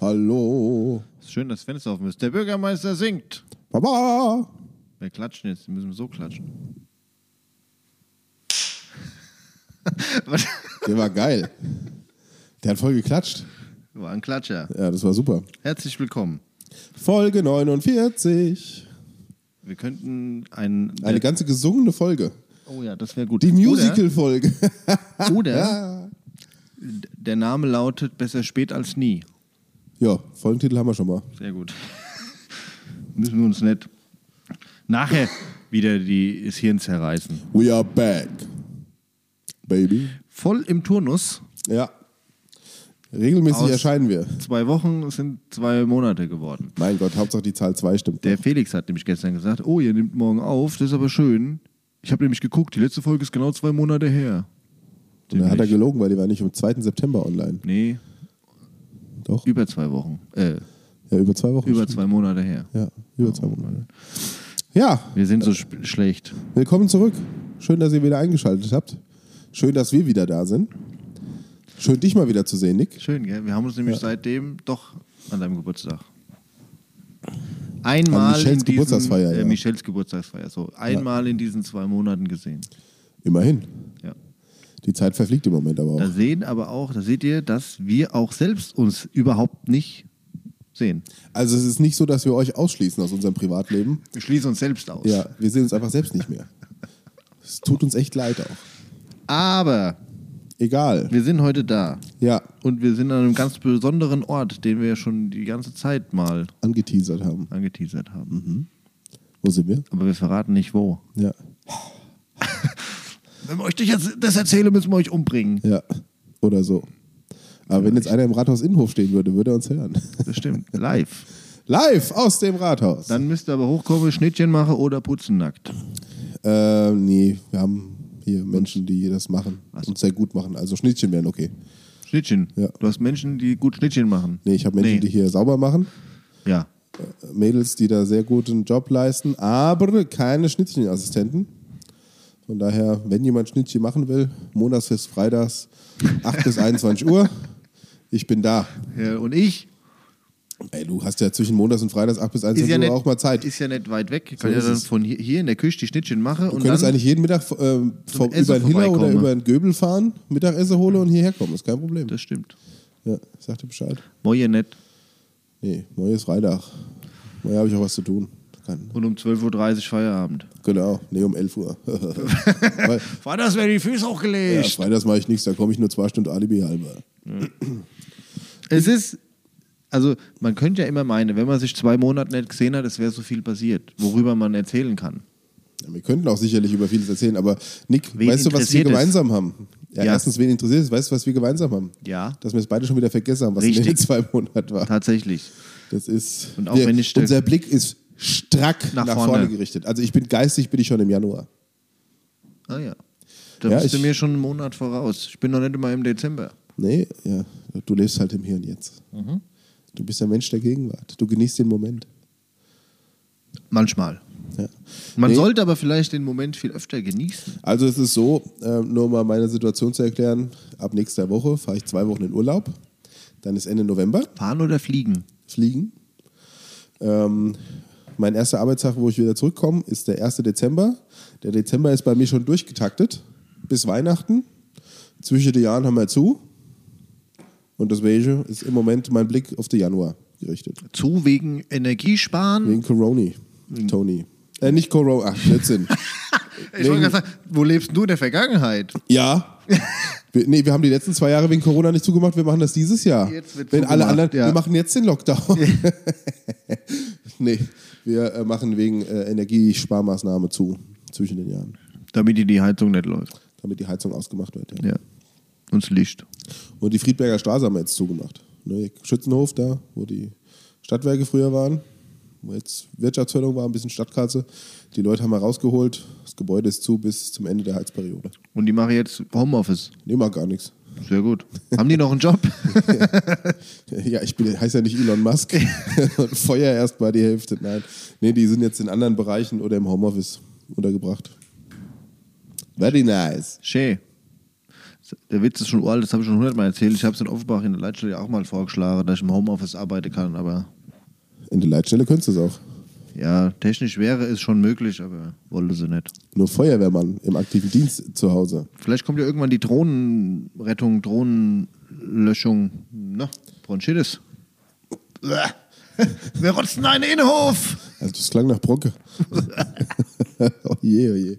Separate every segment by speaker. Speaker 1: Hallo.
Speaker 2: Ist schön, dass das Fenster offen ist. Der Bürgermeister singt.
Speaker 1: Baba.
Speaker 2: Wir klatschen jetzt. Wir müssen so klatschen. Was?
Speaker 1: Der war geil. Der hat voll geklatscht.
Speaker 2: War ein Klatscher.
Speaker 1: Ja, das war super.
Speaker 2: Herzlich willkommen.
Speaker 1: Folge 49.
Speaker 2: Wir könnten einen.
Speaker 1: Eine ganze gesungene Folge.
Speaker 2: oh ja, das wäre gut.
Speaker 1: Die Musical-Folge.
Speaker 2: Oder, oder der Name lautet Besser spät als nie.
Speaker 1: ja, Folgentitel haben wir schon mal.
Speaker 2: Sehr gut. Müssen wir uns nicht nachher wieder die das Hirn zerreißen.
Speaker 1: We are back. Baby.
Speaker 2: Voll im Turnus.
Speaker 1: Ja. Regelmäßig
Speaker 2: Aus-
Speaker 1: erscheinen wir.
Speaker 2: Zwei Wochen sind zwei Monate geworden.
Speaker 1: Mein Gott, Hauptsache die Zahl 2 stimmt.
Speaker 2: Der Felix hat nämlich gestern gesagt, oh, ihr nehmt morgen auf, das ist aber schön. Ich habe nämlich geguckt, die letzte Folge ist genau zwei Monate her.
Speaker 1: Und da hat er
Speaker 2: Ziemlich.
Speaker 1: gelogen, weil die war nicht am 2. September online.
Speaker 2: Nee,
Speaker 1: Doch.
Speaker 2: über zwei Wochen. Äh,
Speaker 1: Ja, über zwei Wochen.
Speaker 2: über zwei Monate her.
Speaker 1: ja, über zwei Monate. Ja,
Speaker 2: Wir sind so sp- schlecht.
Speaker 1: willkommen zurück. Schön, dass ihr wieder eingeschaltet habt. Schön, dass wir wieder da sind. Schön, dich mal wieder zu sehen, Nick.
Speaker 2: Schön, gell? Wir haben uns nämlich seitdem doch an deinem Geburtstag.
Speaker 1: An
Speaker 2: Einmal
Speaker 1: Michelles
Speaker 2: in diesen,
Speaker 1: Geburtstagsfeier,
Speaker 2: äh,
Speaker 1: ja.
Speaker 2: Michelles Geburtstagsfeier. So einmal in diesen zwei Monaten gesehen.
Speaker 1: Immerhin.
Speaker 2: Ja.
Speaker 1: Die Zeit verfliegt im Moment aber
Speaker 2: Da
Speaker 1: auch.
Speaker 2: sehen aber auch, da seht ihr, dass wir auch selbst uns überhaupt nicht sehen.
Speaker 1: Also es ist nicht so, dass wir euch ausschließen aus unserem Privatleben.
Speaker 2: Wir schließen uns selbst aus.
Speaker 1: Ja, wir sehen uns einfach selbst nicht mehr. Es tut uns echt leid auch.
Speaker 2: Aber
Speaker 1: Egal.
Speaker 2: wir sind heute da
Speaker 1: Ja,
Speaker 2: und wir sind an einem ganz besonderen Ort, den wir schon die ganze Zeit mal
Speaker 1: angeteasert haben.
Speaker 2: angeteasert haben.
Speaker 1: Mhm. Wo sind wir?
Speaker 2: Aber wir verraten nicht wo.
Speaker 1: Ja.
Speaker 2: Wenn wir euch nicht jetzt das erzählen, müssen wir euch umbringen.
Speaker 1: Ja. Oder so. Aber wenn jetzt einer im Rathaus Innenhof stehen würde, würde er uns hören.
Speaker 2: Das stimmt. Live.
Speaker 1: Live aus dem Rathaus.
Speaker 2: Dann müsst ihr aber hochkommen, Schnittchen machen oder putzen nackt.
Speaker 1: Äh, nee, wir haben hier Menschen, die das machen und sehr gut machen. Also Schnittchen wären okay.
Speaker 2: Schnittchen.
Speaker 1: Ja.
Speaker 2: Du hast Menschen, die gut Schnittchen machen.
Speaker 1: Nee, ich habe Menschen, die hier sauber machen.
Speaker 2: Ja.
Speaker 1: Mädels, die da sehr guten Job leisten, aber keine Schnittchenassistenten. Von daher, wenn jemand Schnittchen machen will, montags bis freitags, 8 bis 21 Uhr, ich bin da.
Speaker 2: ja. Äh, Und ich?
Speaker 1: Ey, du hast ja zwischen montags und freitags 8 bis 21
Speaker 2: ja
Speaker 1: Uhr
Speaker 2: nicht,
Speaker 1: auch mal Zeit.
Speaker 2: Ist ja nicht weit weg. Ich kann
Speaker 1: So
Speaker 2: ja
Speaker 1: ist
Speaker 2: dann
Speaker 1: es.
Speaker 2: von hier, hier in der Küche die Schnittchen machen
Speaker 1: Du
Speaker 2: und
Speaker 1: könntest
Speaker 2: dann.
Speaker 1: eigentlich jeden Mittag äh, vom,
Speaker 2: Essen
Speaker 1: über den Hiller oder
Speaker 2: vorbeikommen. ne?
Speaker 1: über den Göbel fahren, Mittagessen hole und hierher kommen. Ist kein Problem.
Speaker 2: Das stimmt.
Speaker 1: Ja, ich sagte Bescheid.
Speaker 2: Moje nett.
Speaker 1: Nee, neues Freitag. Neuer habe ich auch was zu tun. Kann.
Speaker 2: Und um 12.30 Uhr Feierabend.
Speaker 1: Genau, nee, um 11 Uhr. Weil,
Speaker 2: Freitags werden die Füße
Speaker 1: ja,
Speaker 2: hochgelegt.
Speaker 1: Freitags mache ich nichts, da komme ich nur zwei Stunden Alibi halber.
Speaker 2: es ist. Also, man könnte ja immer meinen, wenn man sich zwei Monate nicht gesehen hat, es wäre so viel passiert, worüber man erzählen kann.
Speaker 1: Ja, wir könnten auch sicherlich über vieles erzählen, aber Nick,
Speaker 2: Wen
Speaker 1: weißt du, was wir
Speaker 2: interessiert es?
Speaker 1: gemeinsam haben? Ja,
Speaker 2: Ja.
Speaker 1: erstens, wen interessiert es? Weißt du, was wir gemeinsam haben?
Speaker 2: Ja.
Speaker 1: Dass wir es beide schon wieder vergessen haben, was in den
Speaker 2: Richtig.
Speaker 1: zwei Monaten war.
Speaker 2: Tatsächlich.
Speaker 1: Das ist.
Speaker 2: Und auch wenn ich-
Speaker 1: unser Blick ist strack nach,
Speaker 2: Nach
Speaker 1: vorne.
Speaker 2: vorne.
Speaker 1: gerichtet. Also ich bin geistig, bin ich schon im Januar.
Speaker 2: Ah ja. Da
Speaker 1: Ja,
Speaker 2: bist du
Speaker 1: ich-
Speaker 2: mir schon einen Monat voraus. Ich bin noch nicht mal im Dezember.
Speaker 1: Nee, ja, du lebst halt im Hier und Jetzt.
Speaker 2: Mhm.
Speaker 1: Du bist ein Mensch der Gegenwart. Du genießt den Moment.
Speaker 2: Manchmal.
Speaker 1: Ja.
Speaker 2: Man
Speaker 1: Nee.
Speaker 2: sollte aber vielleicht den Moment viel öfter genießen.
Speaker 1: Also es ist so, äh, nur um mal meine Situation zu erklären, ab nächster Woche fahre ich zwei Wochen in Urlaub. Dann ist Ende November,
Speaker 2: Fahren oder fliegen?
Speaker 1: fliegen. Ähm, mein erster Arbeitstag, wo ich wieder zurückkomme, ist der 1. Dezember. Der Dezember ist bei mir schon durchgetaktet bis Weihnachten. Zwischen den Jahren haben wir zu. Und deswegen ist im Moment mein Blick auf den Januar gerichtet.
Speaker 2: Zu wegen Energiesparen?
Speaker 1: Wegen Coroni, Tony. Äh, nicht Corona, ach, Blödsinn.
Speaker 2: Ich wollte gerade sagen, wo lebst du in der Vergangenheit?
Speaker 1: Ja. Wir, nee, wir haben die letzten zwei Jahre wegen Corona nicht zugemacht. Wir machen das dieses Jahr.
Speaker 2: Jetzt wird
Speaker 1: Wenn alle
Speaker 2: zugemacht,
Speaker 1: anderen,
Speaker 2: ja.
Speaker 1: wir machen jetzt den Lockdown. nee, wir äh, machen wegen äh, Energiesparmaßnahme zu zwischen den Jahren,
Speaker 2: Damit dir die Heizung nicht läuft.
Speaker 1: damit die Heizung ausgemacht wird. Ja.
Speaker 2: Ja. Und das Licht.
Speaker 1: Und die Friedberger Straße haben wir jetzt zugemacht. Ne, Schützenhof da, wo die Stadtwerke früher waren, wo jetzt Wirtschaftsförderung war, ein bisschen Stadtkasse. Die Leute haben wir rausgeholt. Das Gebäude ist zu bis zum Ende der Heizperiode.
Speaker 2: Und die machen jetzt Homeoffice.
Speaker 1: Nee, mag gar nichts.
Speaker 2: Sehr gut. Haben die noch einen Job?
Speaker 1: Ja, ich bin, heißt ja nicht Elon Musk und feuer erst mal die Hälfte. Nein, nee, die sind jetzt in anderen Bereichen oder im Homeoffice untergebracht. Very nice.
Speaker 2: Schön. Sehr- ist, der Witz ist schon uralt, das habe ich schon hundertmal erzählt. Ich habe es in Offenbach in der Leitstelle auch mal vorgeschlagen, dass ich im Homeoffice arbeiten kann, aber
Speaker 1: In der Leitstelle könntest du es auch.
Speaker 2: ja, technisch wäre es schon möglich, aber wollte sie nicht.
Speaker 1: Nur Feuerwehrmann im aktiven Dienst zu Hause.
Speaker 2: Vielleicht kommt ja irgendwann die Drohnenrettung, Drohnenlöschung. Na, Bronchitis. Uah. Wir rotzen einen Innenhof.
Speaker 1: Also das klang nach Brocke. oh je, oh je.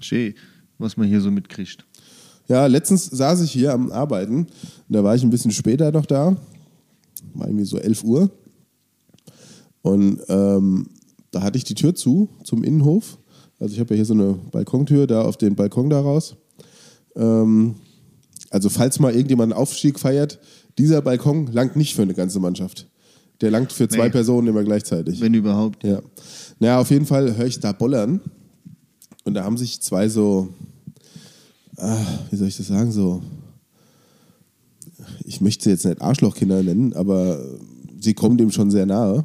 Speaker 2: Schön, was man hier so mitkriegt.
Speaker 1: Ja, letztens saß ich hier am Arbeiten. Und da war ich ein bisschen später noch da. War irgendwie so 11 Uhr. Und ähm, da hatte ich die Tür zu, zum Innenhof. Also ich habe ja hier so eine Balkontür, da auf den Balkon da raus. Ähm, also falls mal irgendjemand einen Aufstieg feiert, dieser Balkon langt nicht für eine ganze Mannschaft. Der langt für zwei
Speaker 2: Nee.
Speaker 1: Personen immer gleichzeitig.
Speaker 2: Wenn überhaupt.
Speaker 1: Ja. Naja, auf jeden Fall höre ich da bollern. Und da haben sich zwei so, ah, wie soll ich das sagen, so, ich möchte sie jetzt nicht Arschlochkinder nennen, aber sie kommen dem schon sehr nahe,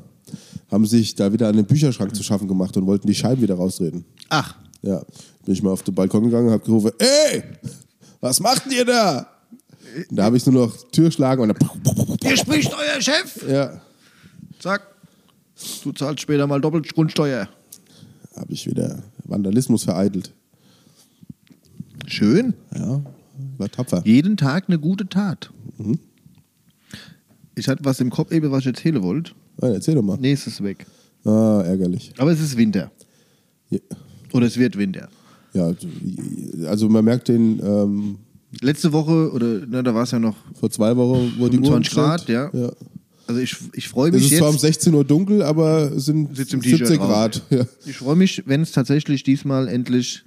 Speaker 1: haben sich da wieder an den Bücherschrank zu schaffen gemacht und wollten die Scheiben wieder rausreden.
Speaker 2: Ach,
Speaker 1: Ja, bin ich mal auf den Balkon gegangen, habe gerufen, ey, was macht ihr da? Und da habe ich nur noch Tür schlagen und dann,
Speaker 2: hier spricht euer Chef.
Speaker 1: ja,
Speaker 2: Zack. Du zahlst später mal doppelt Grundsteuer.
Speaker 1: habe ich wieder Vandalismus vereitelt.
Speaker 2: Schön.
Speaker 1: Ja, war tapfer.
Speaker 2: Jeden Tag eine gute Tat.
Speaker 1: Mhm.
Speaker 2: Ich hatte was im Kopf eben, was ich erzählen wollte.
Speaker 1: Ah, erzähl doch mal.
Speaker 2: Nee, es ist weg.
Speaker 1: Ah, ärgerlich.
Speaker 2: Aber es ist Winter.
Speaker 1: Ja,
Speaker 2: Oder es wird Winter.
Speaker 1: Ja, also, also man merkt den ähm,
Speaker 2: Letzte Woche, oder na, da war es ja noch
Speaker 1: vor zwei Wochen, wo die Uhr
Speaker 2: 25 Grad,
Speaker 1: umstellt.
Speaker 2: ja.
Speaker 1: ja.
Speaker 2: Also ich, ich freue
Speaker 1: Es
Speaker 2: mich
Speaker 1: ist zwar um
Speaker 2: jetzt.
Speaker 1: 16 Uhr dunkel, aber es sind
Speaker 2: Sitzt im T-Shirt
Speaker 1: 17
Speaker 2: raus.
Speaker 1: Grad. Ja.
Speaker 2: Ich freue mich, wenn es tatsächlich diesmal endlich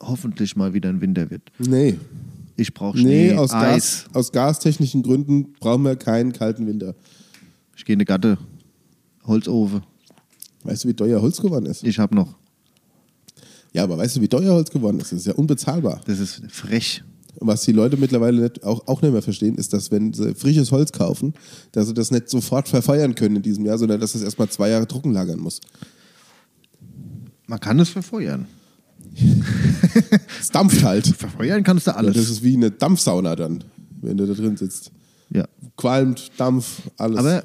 Speaker 2: hoffentlich mal wieder ein Winter wird.
Speaker 1: Nee,
Speaker 2: Ich brauche Schnee,
Speaker 1: nee aus, Gas,
Speaker 2: Eis.
Speaker 1: aus gastechnischen Gründen brauchen wir keinen kalten Winter.
Speaker 2: Ich gehe in eine Gatte, Holzofen.
Speaker 1: Weißt du, wie teuer Holz geworden ist?
Speaker 2: Ich habe noch.
Speaker 1: Ja, aber weißt du, wie teuer Holz geworden ist? Das ist ja unbezahlbar.
Speaker 2: Das ist frech.
Speaker 1: Und was die Leute mittlerweile nicht, auch, auch nicht mehr verstehen, ist, dass wenn sie frisches Holz kaufen, dass sie das nicht sofort verfeuern können in diesem Jahr, sondern dass es erstmal zwei Jahre trocken lagern muss.
Speaker 2: Man kann es verfeuern.
Speaker 1: Es dampft halt.
Speaker 2: Verfeuern kannst du
Speaker 1: Ja, das
Speaker 2: alles.
Speaker 1: ist wie eine Dampfsauna dann, wenn du da drin sitzt.
Speaker 2: Ja.
Speaker 1: Qualmt, Dampf, alles.
Speaker 2: Aber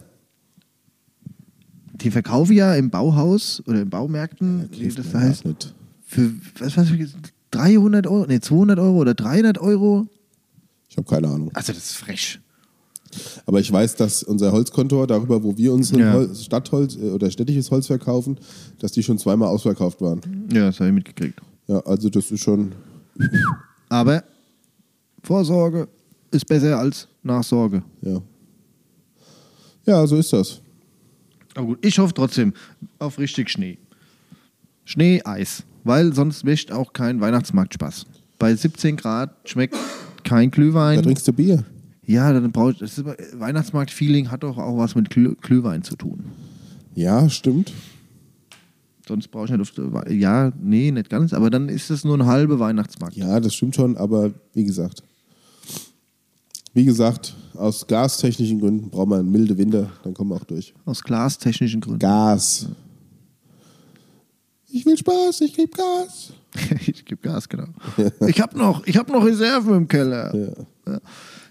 Speaker 2: die verkaufen ja im Bauhaus oder in Baumärkten, wie
Speaker 1: Hilft
Speaker 2: das
Speaker 1: mir
Speaker 2: heißt,
Speaker 1: grad nicht.
Speaker 2: für was weiß ich, 300 Euro, nee, 200 Euro oder 300 Euro.
Speaker 1: Ich habe keine Ahnung.
Speaker 2: Also das ist frech.
Speaker 1: Aber ich weiß, dass unser Holzkontor darüber, wo wir uns
Speaker 2: Ja.
Speaker 1: Hol Stadtholz äh, oder städtisches Holz verkaufen, dass die schon zweimal ausverkauft waren.
Speaker 2: Ja, das habe ich mitgekriegt.
Speaker 1: Ja, also das ist schon.
Speaker 2: Aber Vorsorge ist besser als Nachsorge.
Speaker 1: Ja. Ja, so ist das.
Speaker 2: Aber gut, ich hoffe trotzdem auf richtig Schnee. Schnee, Eis. Weil sonst wäscht auch kein Weihnachtsmarkt Spaß. Bei 17 Grad schmeckt kein
Speaker 1: Da
Speaker 2: Glühwein.
Speaker 1: trinkst du Bier.
Speaker 2: Ja, dann brauche ich. Das ist aber- Weihnachtsmarkt-Feeling hat doch auch was mit Glüh, Glühwein zu tun.
Speaker 1: Ja, stimmt.
Speaker 2: Sonst brauche ich nicht auf. der- Ja, nee, nicht ganz. Aber dann ist es nur ein halber Weihnachtsmarkt.
Speaker 1: Ja, das stimmt schon, aber wie gesagt. Wie gesagt, aus gastechnischen Gründen brauchen wir einen milde Winter, dann kommen wir auch durch.
Speaker 2: Aus glastechnischen Gründen.
Speaker 1: Gas. Ich will Spaß, ich gebe Gas.
Speaker 2: ich gebe Gas, genau. ich habe noch, ich hab noch Reserven im Keller.
Speaker 1: Äh,
Speaker 2: Ja.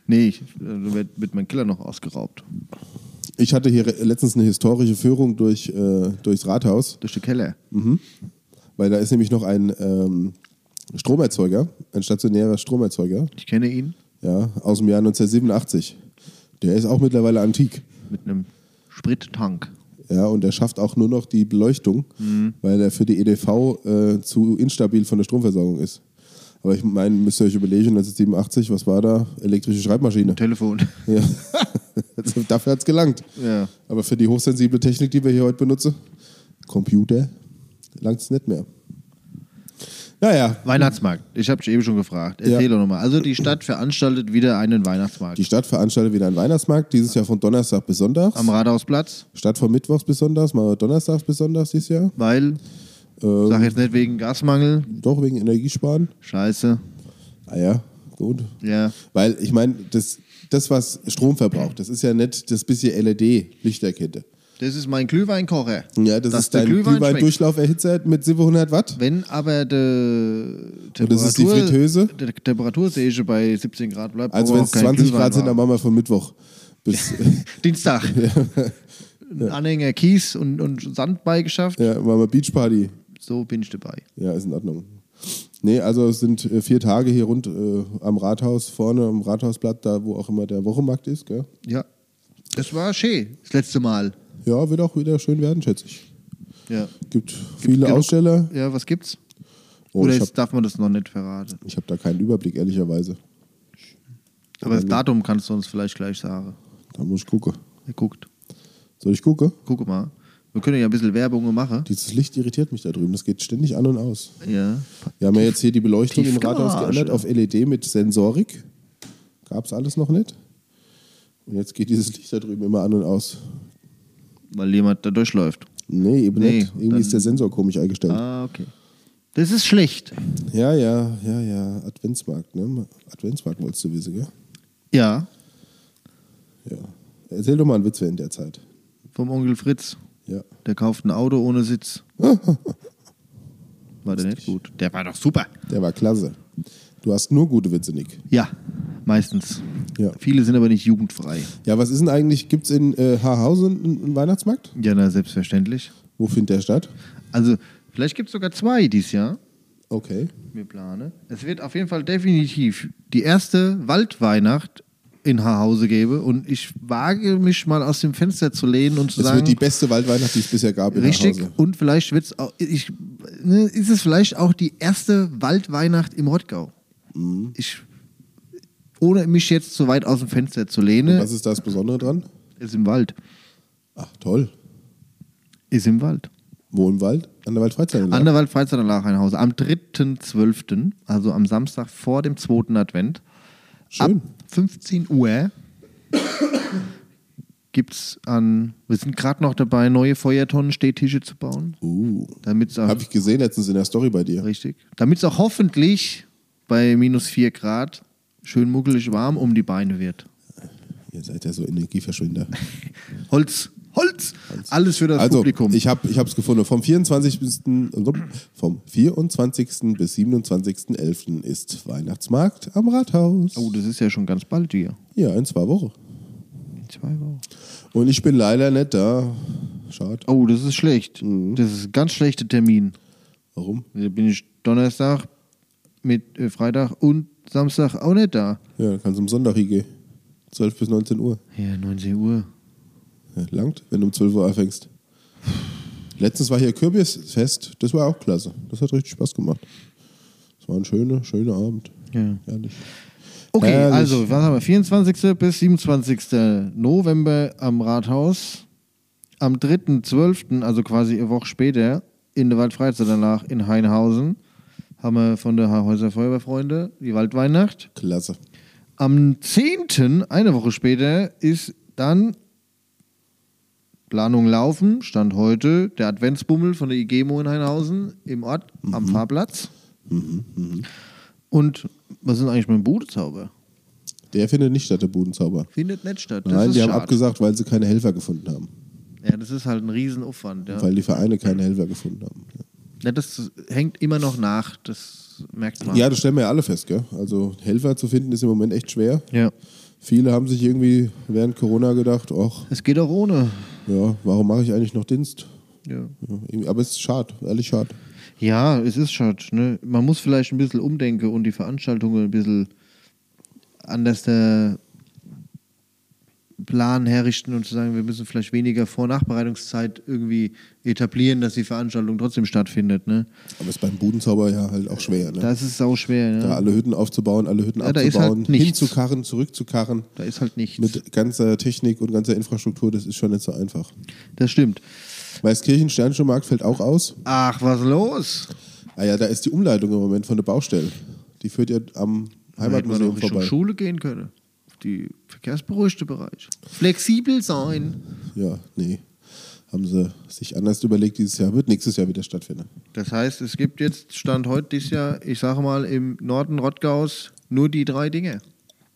Speaker 2: Nee, ich, dann wird, wird mein Keller noch ausgeraubt.
Speaker 1: Ich hatte hier re- letztens eine historische Führung durch, äh, durchs Rathaus,
Speaker 2: Durch den Keller.
Speaker 1: weil da ist nämlich noch ein ähm, Stromerzeuger, ein stationärer Stromerzeuger,
Speaker 2: Ich kenne ihn
Speaker 1: ja, aus dem Jahr 1987. Der ist auch mittlerweile antik.
Speaker 2: mit einem Sprittank.
Speaker 1: Ja, und er schafft auch nur noch die Beleuchtung, weil er für die EDV äh, zu instabil von der Stromversorgung ist. Aber ich meine, müsst ihr euch überlegen, 1987, was war da? Elektrische Schreibmaschine.
Speaker 2: Telefon.
Speaker 1: Ja. Also Dafür hat es gelangt.
Speaker 2: Ja.
Speaker 1: Aber für die hochsensible Technik, die wir hier heute benutzen, Computer, langt es nicht mehr. Naja,
Speaker 2: Weihnachtsmarkt. Ich habe dich eben schon gefragt. Erzähl
Speaker 1: Ja.
Speaker 2: doch nochmal. Also die Stadt veranstaltet wieder einen Weihnachtsmarkt.
Speaker 1: die Stadt veranstaltet wieder einen Weihnachtsmarkt, dieses Jahr von Donnerstag bis Sonntag.
Speaker 2: Am Rathausplatz,
Speaker 1: Statt von Mittwochs bis Sonntags, mal Donnerstags bis Sonntags dieses Jahr.
Speaker 2: weil,
Speaker 1: Ähm,
Speaker 2: sag jetzt nicht wegen Gasmangel.
Speaker 1: Doch wegen Energiesparen.
Speaker 2: Scheiße.
Speaker 1: Ah ja, gut.
Speaker 2: Ja.
Speaker 1: Weil E ich meine, das, das, was Strom verbraucht, das ist ja nicht das bisschen LED-Lichterkette.
Speaker 2: Das ist mein Glühweinkocher.
Speaker 1: Ja, das
Speaker 2: Dass
Speaker 1: ist
Speaker 2: der
Speaker 1: dein
Speaker 2: Glühwein
Speaker 1: Glühwein-Durchlauferhitzer mit 700 Watt.
Speaker 2: Wenn aber die Temperatur,
Speaker 1: das ist die Fritteuse?
Speaker 2: die Temperatursäge bei 17 Grad bleibt,
Speaker 1: Also wenn
Speaker 2: brauchen wir
Speaker 1: es
Speaker 2: auch keinen
Speaker 1: 20
Speaker 2: Oh, Glühwein
Speaker 1: Grad sind, dann
Speaker 2: warm.
Speaker 1: machen wir von Mittwoch. Bis,
Speaker 2: Dienstag. Ein Anhänger Kies und, und Sand beigeschafft.
Speaker 1: ja, machen wir Beachparty.
Speaker 2: So bin ich dabei.
Speaker 1: Ja, ist in Ordnung. Nee, also es sind äh, vier Tage hier rund äh, am Rathaus, vorne am Rathausplatz, da wo auch immer der Wochenmarkt ist, gell?
Speaker 2: Ja. Das war schön, das letzte Mal.
Speaker 1: Ja, wird auch wieder schön werden, schätze ich.
Speaker 2: Ja.
Speaker 1: Gibt viele
Speaker 2: genug-
Speaker 1: Aussteller.
Speaker 2: Ja, was gibt's?
Speaker 1: Oh,
Speaker 2: Oder
Speaker 1: ich habe
Speaker 2: jetzt darf man das noch nicht verraten.
Speaker 1: hab da keinen Überblick, ehrlicherweise.
Speaker 2: Aber das Datum kannst du uns vielleicht gleich sagen.
Speaker 1: Da muss ich gucken.
Speaker 2: Wer guckt.
Speaker 1: Soll ich gucken?
Speaker 2: Guck mal. Wir können ja ein bisschen Werbung machen.
Speaker 1: Dieses Licht irritiert mich da drüben. Das geht ständig an und aus.
Speaker 2: Ja.
Speaker 1: Wir haben ja jetzt hier die Beleuchtung im
Speaker 2: Tiefgarage.
Speaker 1: Rathaus geändert auf LED mit Sensorik. Gab es alles noch nicht. Und jetzt geht dieses Licht da drüben immer an und aus.
Speaker 2: Weil jemand da durchläuft.
Speaker 1: Nee, eben
Speaker 2: Nee,
Speaker 1: nicht. Irgendwie ist der Sensor komisch eingestellt.
Speaker 2: Ah, okay. Das ist schlecht.
Speaker 1: Ja, ja, ja, ja. Adventsmarkt, ne? Adventsmarkt wolltest du wissen, gell?
Speaker 2: Ja.
Speaker 1: Ja. Erzähl doch mal einen Witz während der Zeit.
Speaker 2: Vom Onkel Fritz.
Speaker 1: Ja.
Speaker 2: Der kauft ein Auto ohne Sitz. War der nicht gut? Der war doch super.
Speaker 1: Der war klasse. Du hast nur gute Witze, Nick.
Speaker 2: Ja, meistens.
Speaker 1: Ja.
Speaker 2: Viele sind aber nicht jugendfrei.
Speaker 1: Ja, was ist denn eigentlich? Gibt es in äh, Haarhausen einen einen Weihnachtsmarkt?
Speaker 2: Ja, na, selbstverständlich.
Speaker 1: Wo findet der statt?
Speaker 2: Also, vielleicht gibt es sogar zwei dieses Jahr.
Speaker 1: Okay.
Speaker 2: Mir plane. Es wird auf jeden Fall definitiv die erste Waldweihnacht in Haarhause geben. Und ich wage mich mal aus dem Fenster zu lehnen und zu
Speaker 1: Es
Speaker 2: sagen.
Speaker 1: wird die beste Waldweihnacht, die es bisher gab in
Speaker 2: Richtig.
Speaker 1: Haarhausen.
Speaker 2: Und vielleicht wird's auch, ich, ne, ist es vielleicht auch die erste Waldweihnacht im Rottgau.
Speaker 1: Mhm.
Speaker 2: Ich, ohne mich jetzt zu weit aus dem Fenster zu lehnen,
Speaker 1: Was ist das Besondere dran?
Speaker 2: ist im Wald.
Speaker 1: Ach, toll.
Speaker 2: Ist im Wald.
Speaker 1: Wo im Wald? An der
Speaker 2: An
Speaker 1: Waldfreizeitanlage.
Speaker 2: der Waldfreizeit in Lachenhausen am 3.12., also am Samstag vor dem zweiten Advent.
Speaker 1: Schön.
Speaker 2: Ab 15 Uhr gibt's an, wir sind gerade noch dabei, neue Feuertonnen, Stehtische zu bauen.
Speaker 1: Uh.
Speaker 2: Damit's auch
Speaker 1: Habe ich gesehen letztens in der Story bei dir.
Speaker 2: Richtig. Damit es auch hoffentlich bei minus 4 Grad schön muckelig warm um die Beine wird.
Speaker 1: Ihr seid ja so Energieverschwinder.
Speaker 2: Holz, Holz, alles für das
Speaker 1: also,
Speaker 2: Publikum.
Speaker 1: ich habe es gefunden. Vom 24. bis, vom 24. bis 27.11. ist Weihnachtsmarkt am Rathaus.
Speaker 2: oh, das ist ja schon ganz bald hier.
Speaker 1: Ja, in zwei Wochen.
Speaker 2: In zwei Wochen.
Speaker 1: Und ich bin leider nicht da. Schade.
Speaker 2: Oh, das ist schlecht.
Speaker 1: Mhm.
Speaker 2: Das ist ein ganz schlechter Termin.
Speaker 1: Warum?
Speaker 2: Da bin ich Donnerstag, mit äh, Freitag und Samstag auch nicht da.
Speaker 1: Ja, dann kannst du am Sonntag hingehen. 12 bis 19 Uhr.
Speaker 2: Ja, 19 Uhr.
Speaker 1: Ja, langt, wenn du um 12 Uhr anfängst. Letztens war hier Kürbisfest. Das war auch klasse. Das hat richtig Spaß gemacht. Es war ein schöner, schöner Abend.
Speaker 2: Ja.
Speaker 1: Ehrlich.
Speaker 2: Okay,
Speaker 1: Herrlich.
Speaker 2: also, was haben wir? 24. bis 27. November am Rathaus. Am 3.12., also quasi eine Woche später, in der Waldfreizeit danach in Hainhausen, haben wir von der Haarhäuser Feuerwehrfreunde die Waldweihnacht.
Speaker 1: Klasse.
Speaker 2: Am 10., eine Woche später, ist dann Planung laufen, Stand heute, der Adventsbummel von der IGMO in Hainhausen im Ort am Fahrplatz. Und was ist denn eigentlich mit dem Budezauber?
Speaker 1: Der findet nicht statt, der Budenzauber.
Speaker 2: Findet nicht statt. Das
Speaker 1: Nein,
Speaker 2: ist
Speaker 1: die haben
Speaker 2: schade.
Speaker 1: abgesagt, weil sie keine Helfer gefunden haben.
Speaker 2: Ja, das ist halt ein Riesenaufwand. Ja.
Speaker 1: Weil die Vereine keine Helfer gefunden haben.
Speaker 2: Ja, das hängt immer noch nach, das merkt man.
Speaker 1: Ja, das stellen wir ja alle fest, gell? Also Helfer zu finden ist im Moment echt schwer.
Speaker 2: Ja.
Speaker 1: Viele haben sich irgendwie während Corona gedacht, ach,
Speaker 2: Es geht auch ohne.
Speaker 1: ja, warum mache ich eigentlich noch Dienst?
Speaker 2: Ja,
Speaker 1: Ja, irgendwie- aber es ist schade, ehrlich schade.
Speaker 2: ja es ist schon. Ne? Man muss vielleicht ein bisschen umdenken und die Veranstaltungen ein bisschen anders der Plan herrichten und zu sagen, wir müssen vielleicht weniger Vor- und Nachbereitungszeit irgendwie etablieren, dass die Veranstaltung trotzdem stattfindet. Ne?
Speaker 1: Aber es ist beim Budenzauber ja halt auch schwer, ne?
Speaker 2: Das ist sau schwer. Ne?
Speaker 1: Da alle Hütten aufzubauen, alle Hütten
Speaker 2: Ja, da ist
Speaker 1: abzubauen,
Speaker 2: halt nichts.
Speaker 1: hinzukarren, zurückzukarren.
Speaker 2: Da ist halt nichts.
Speaker 1: Mit ganzer Technik und ganzer Infrastruktur, das ist schon nicht so einfach.
Speaker 2: das stimmt.
Speaker 1: Weißkirchen, Sternschuhmarkt fällt auch aus.
Speaker 2: Ach, was los?
Speaker 1: Ah ja, da ist die Umleitung im Moment von der Baustelle. Die führt ja am
Speaker 2: Hätte man
Speaker 1: Heimatmuseum
Speaker 2: auch Richtung
Speaker 1: vorbei.
Speaker 2: Schule gehen können. Auf Die verkehrsberuhigte Bereich. Flexibel sein.
Speaker 1: Ja, nee. Haben sie sich anders überlegt dieses Jahr. Wird nächstes Jahr wieder stattfinden.
Speaker 2: Das heißt, es gibt jetzt, Stand heute dieses Jahr, ich sage mal, im Norden Rottgaus nur die drei Dinge.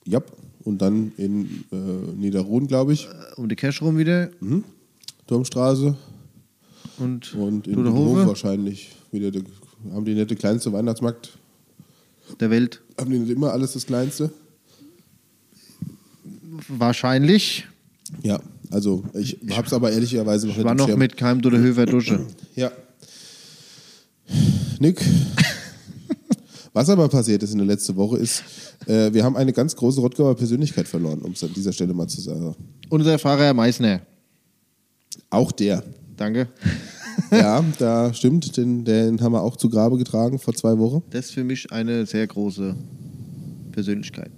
Speaker 1: Ja. Und dann in äh, Niederrohn, glaube ich.
Speaker 2: Äh, Um die Cash rum wieder.
Speaker 1: Turmstraße
Speaker 2: Und,
Speaker 1: und in Hof
Speaker 2: Duderhofe
Speaker 1: wahrscheinlich. Wieder der, haben die nette kleinste Weihnachtsmarkt.
Speaker 2: der Welt.
Speaker 1: Haben die nicht immer alles das Kleinste?
Speaker 2: Wahrscheinlich.
Speaker 1: Ja, also ich hab's aber ehrlicherweise noch
Speaker 2: Ich war
Speaker 1: im
Speaker 2: noch
Speaker 1: Schirm.
Speaker 2: mit keinem Duderhofer Dusche.
Speaker 1: Ja. Nick. Was aber passiert ist in der letzten Woche ist, äh, wir haben eine ganz große Rottgauer Persönlichkeit verloren, um es an dieser Stelle mal zu sagen.
Speaker 2: Unser Fahrer Herr Meissner.
Speaker 1: Auch der.
Speaker 2: Danke.
Speaker 1: Ja, da stimmt, den, den haben wir auch zu Grabe getragen vor zwei Wochen.
Speaker 2: Das ist für mich eine sehr große Persönlichkeit.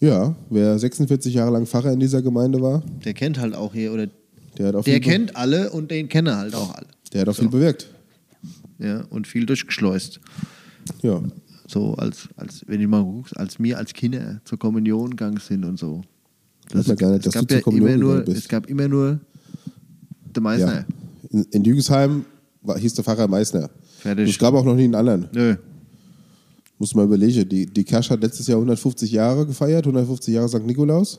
Speaker 1: Ja, wer 46 Jahre lang Pfarrer in dieser Gemeinde war,
Speaker 2: Der kennt halt auch hier, oder
Speaker 1: der hat auch,
Speaker 2: der
Speaker 1: viel, be-
Speaker 2: kennt alle und den kenne halt auch alle.
Speaker 1: der hat auch viel bewirkt.
Speaker 2: Ja, und viel durchgeschleust.
Speaker 1: Ja.
Speaker 2: So als, als, wenn ich mal guckst, als mir als Kinder zur Kommunion gegangen sind und so.
Speaker 1: Das man gar nicht, dass
Speaker 2: es
Speaker 1: du
Speaker 2: gab
Speaker 1: zur
Speaker 2: ja
Speaker 1: Kommunion
Speaker 2: immer nur,
Speaker 1: gegangen bist.
Speaker 2: es gab immer nur der Meißner.
Speaker 1: ja. In, in Dügesheim war, hieß der Pfarrer Meißner.
Speaker 2: Fertig.
Speaker 1: Es gab auch noch nie einen anderen.
Speaker 2: Nö.
Speaker 1: Muss man überlegen. Die, die Kersch hat letztes Jahr 150 Jahre gefeiert, 150 Jahre St. Nikolaus.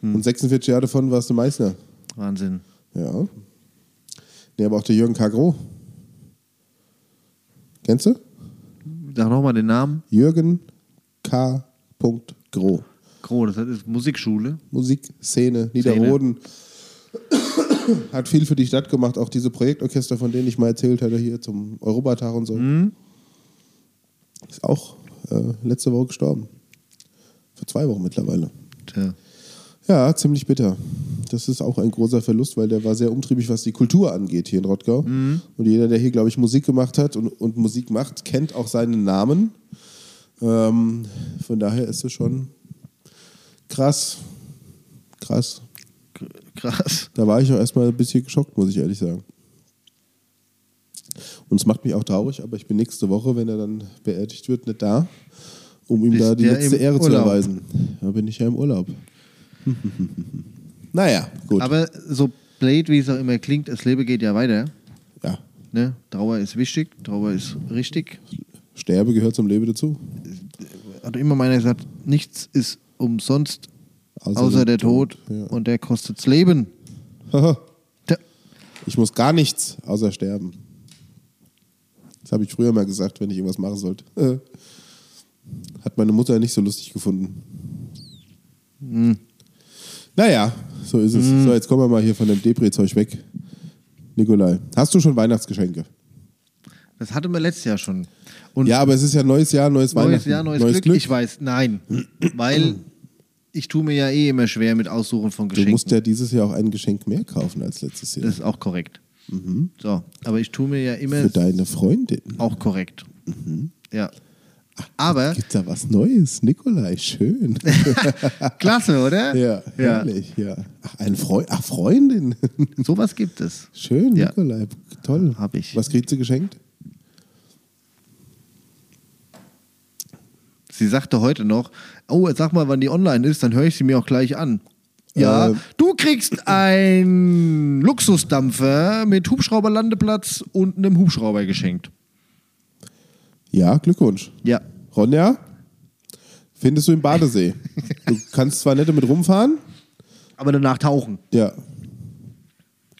Speaker 2: Mhm.
Speaker 1: Und 46 Jahre davon warst du Meißner.
Speaker 2: Wahnsinn.
Speaker 1: Ja. Nee, aber auch der Jürgen Kagro. Kennst du?
Speaker 2: Sag nochmal den Namen.
Speaker 1: Jürgen K. Gro.
Speaker 2: Groh, das ist Musikschule.
Speaker 1: Musikszene, Niederroden. Hat viel für die Stadt gemacht, auch diese Projektorchester, von denen ich mal erzählt hatte, hier zum Europatag und so. Ist auch äh, letzte Woche gestorben. Vor zwei Wochen mittlerweile.
Speaker 2: Tja.
Speaker 1: Ja, ziemlich bitter. Das ist auch ein großer Verlust, weil der war sehr umtriebig, was die Kultur angeht hier in Rottgau. Und jeder, der hier, glaube ich, Musik gemacht hat und, und Musik macht, kennt auch seinen Namen. Ähm, von daher ist es schon krass. Krass.
Speaker 2: K- Krass.
Speaker 1: Da war ich auch erstmal ein bisschen geschockt, muss ich ehrlich sagen. Und es macht mich auch traurig, aber ich bin nächste Woche, wenn er dann beerdigt wird, nicht da, um ihm
Speaker 2: Ist
Speaker 1: da die
Speaker 2: der
Speaker 1: letzte
Speaker 2: im
Speaker 1: Ehre zu
Speaker 2: Urlaub?
Speaker 1: erweisen. Da bin ich ja im Urlaub. naja, gut.
Speaker 2: Aber so blöd, wie es auch immer klingt, das Leben geht ja weiter.
Speaker 1: ja,
Speaker 2: Ne? Trauer ist wichtig, Trauer ist richtig.
Speaker 1: Sterbe gehört zum Leben dazu.
Speaker 2: Hat immer meiner gesagt, nichts ist umsonst,
Speaker 1: Also
Speaker 2: außer, der Tod.
Speaker 1: Ja.
Speaker 2: Und der kostet's Leben. Tja.
Speaker 1: ich muss gar nichts außer sterben. Das habe ich früher mal gesagt, wenn ich irgendwas machen sollte. Äh. Hat meine Mutter nicht so lustig gefunden.
Speaker 2: Hm.
Speaker 1: Naja, so ist es. So, jetzt kommen wir mal hier von dem Depri-Zeug weg. Nikolai, hast du schon Weihnachtsgeschenke?
Speaker 2: Hm. Das hatte man letztes Jahr schon. Und
Speaker 1: Ja, aber es ist ja neues Jahr, neues,
Speaker 2: neues
Speaker 1: Weihnachten.
Speaker 2: Jahr, neues, Glück. Ich weiß, nein. Weil ich tue mir ja eh immer schwer mit Aussuchen von
Speaker 1: du
Speaker 2: Geschenken.
Speaker 1: musst ja dieses Jahr auch ein Geschenk mehr kaufen als letztes Jahr.
Speaker 2: das ist auch korrekt. So, aber ich tue mir ja immer
Speaker 1: Mhm. Für Mhm. deine Freundin.
Speaker 2: auch korrekt. Ja. Aber
Speaker 1: Gibt da was Neues? Nikolai, schön.
Speaker 2: klasse, oder?
Speaker 1: Ja,
Speaker 2: ja.
Speaker 1: herrlich, ja. Ach, ein Freund, ach, Freundin.
Speaker 2: Sowas gibt es.
Speaker 1: Schön,
Speaker 2: Ja.
Speaker 1: Nikolai, toll.
Speaker 2: Hab ich.
Speaker 1: Was kriegt sie geschenkt?
Speaker 2: Sie sagte heute noch, oh, sag mal, wann die online ist, dann höre ich sie mir auch gleich an. Ja,
Speaker 1: Äh.
Speaker 2: du kriegst einen Luxusdampfer mit Hubschrauberlandeplatz und einem Hubschrauber geschenkt.
Speaker 1: Ja, Glückwunsch.
Speaker 2: Ja.
Speaker 1: Ronja, findest du im Badesee? du kannst zwar nicht damit rumfahren,
Speaker 2: Aber danach tauchen.
Speaker 1: ja.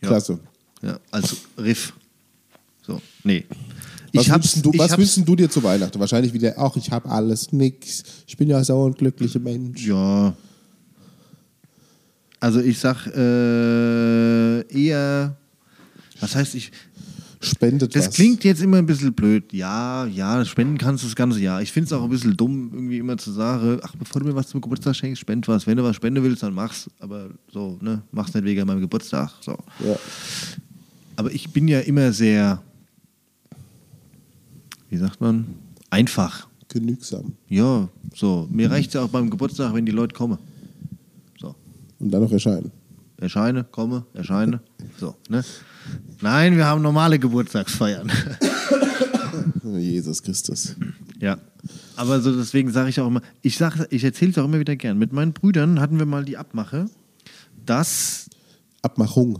Speaker 2: Ja.
Speaker 1: Klasse.
Speaker 2: Ja, als Riff. So, nee.
Speaker 1: Was,
Speaker 2: ich hab's,
Speaker 1: wünschst, du,
Speaker 2: ich
Speaker 1: was
Speaker 2: hab's,
Speaker 1: wünschst du dir zu Weihnachten? Wahrscheinlich wieder, auch ich habe alles, nix. Ich bin ja sauer und glücklicher Mensch.
Speaker 2: Ja. Also ich sag äh, eher. Was heißt ich?
Speaker 1: Spendet
Speaker 2: Das
Speaker 1: was.
Speaker 2: klingt jetzt immer ein bisschen blöd. Ja, ja, spenden kannst du das ganze Jahr. Ich finde es auch ein bisschen dumm, irgendwie immer zu sagen, ach, bevor du mir was zum Geburtstag schenkst, spend was. Wenn du was spenden willst, dann mach's. Aber so, ne, mach's nicht wegen meinem Geburtstag. So.
Speaker 1: Ja.
Speaker 2: Aber ich bin ja immer sehr, wie sagt man, einfach.
Speaker 1: Genügsam.
Speaker 2: Ja, so. Mir reicht es ja auch beim Geburtstag, wenn die Leute kommen. So.
Speaker 1: Und dann noch erscheinen.
Speaker 2: Erscheine, komme, erscheine. So, ne? Nein, wir haben normale Geburtstagsfeiern.
Speaker 1: Oh, Jesus Christus.
Speaker 2: ja. Aber so deswegen sage ich auch immer, ich sage, ich erzähle es auch immer wieder gern. Mit meinen Brüdern hatten wir mal die Abmache, dass
Speaker 1: Abmachung.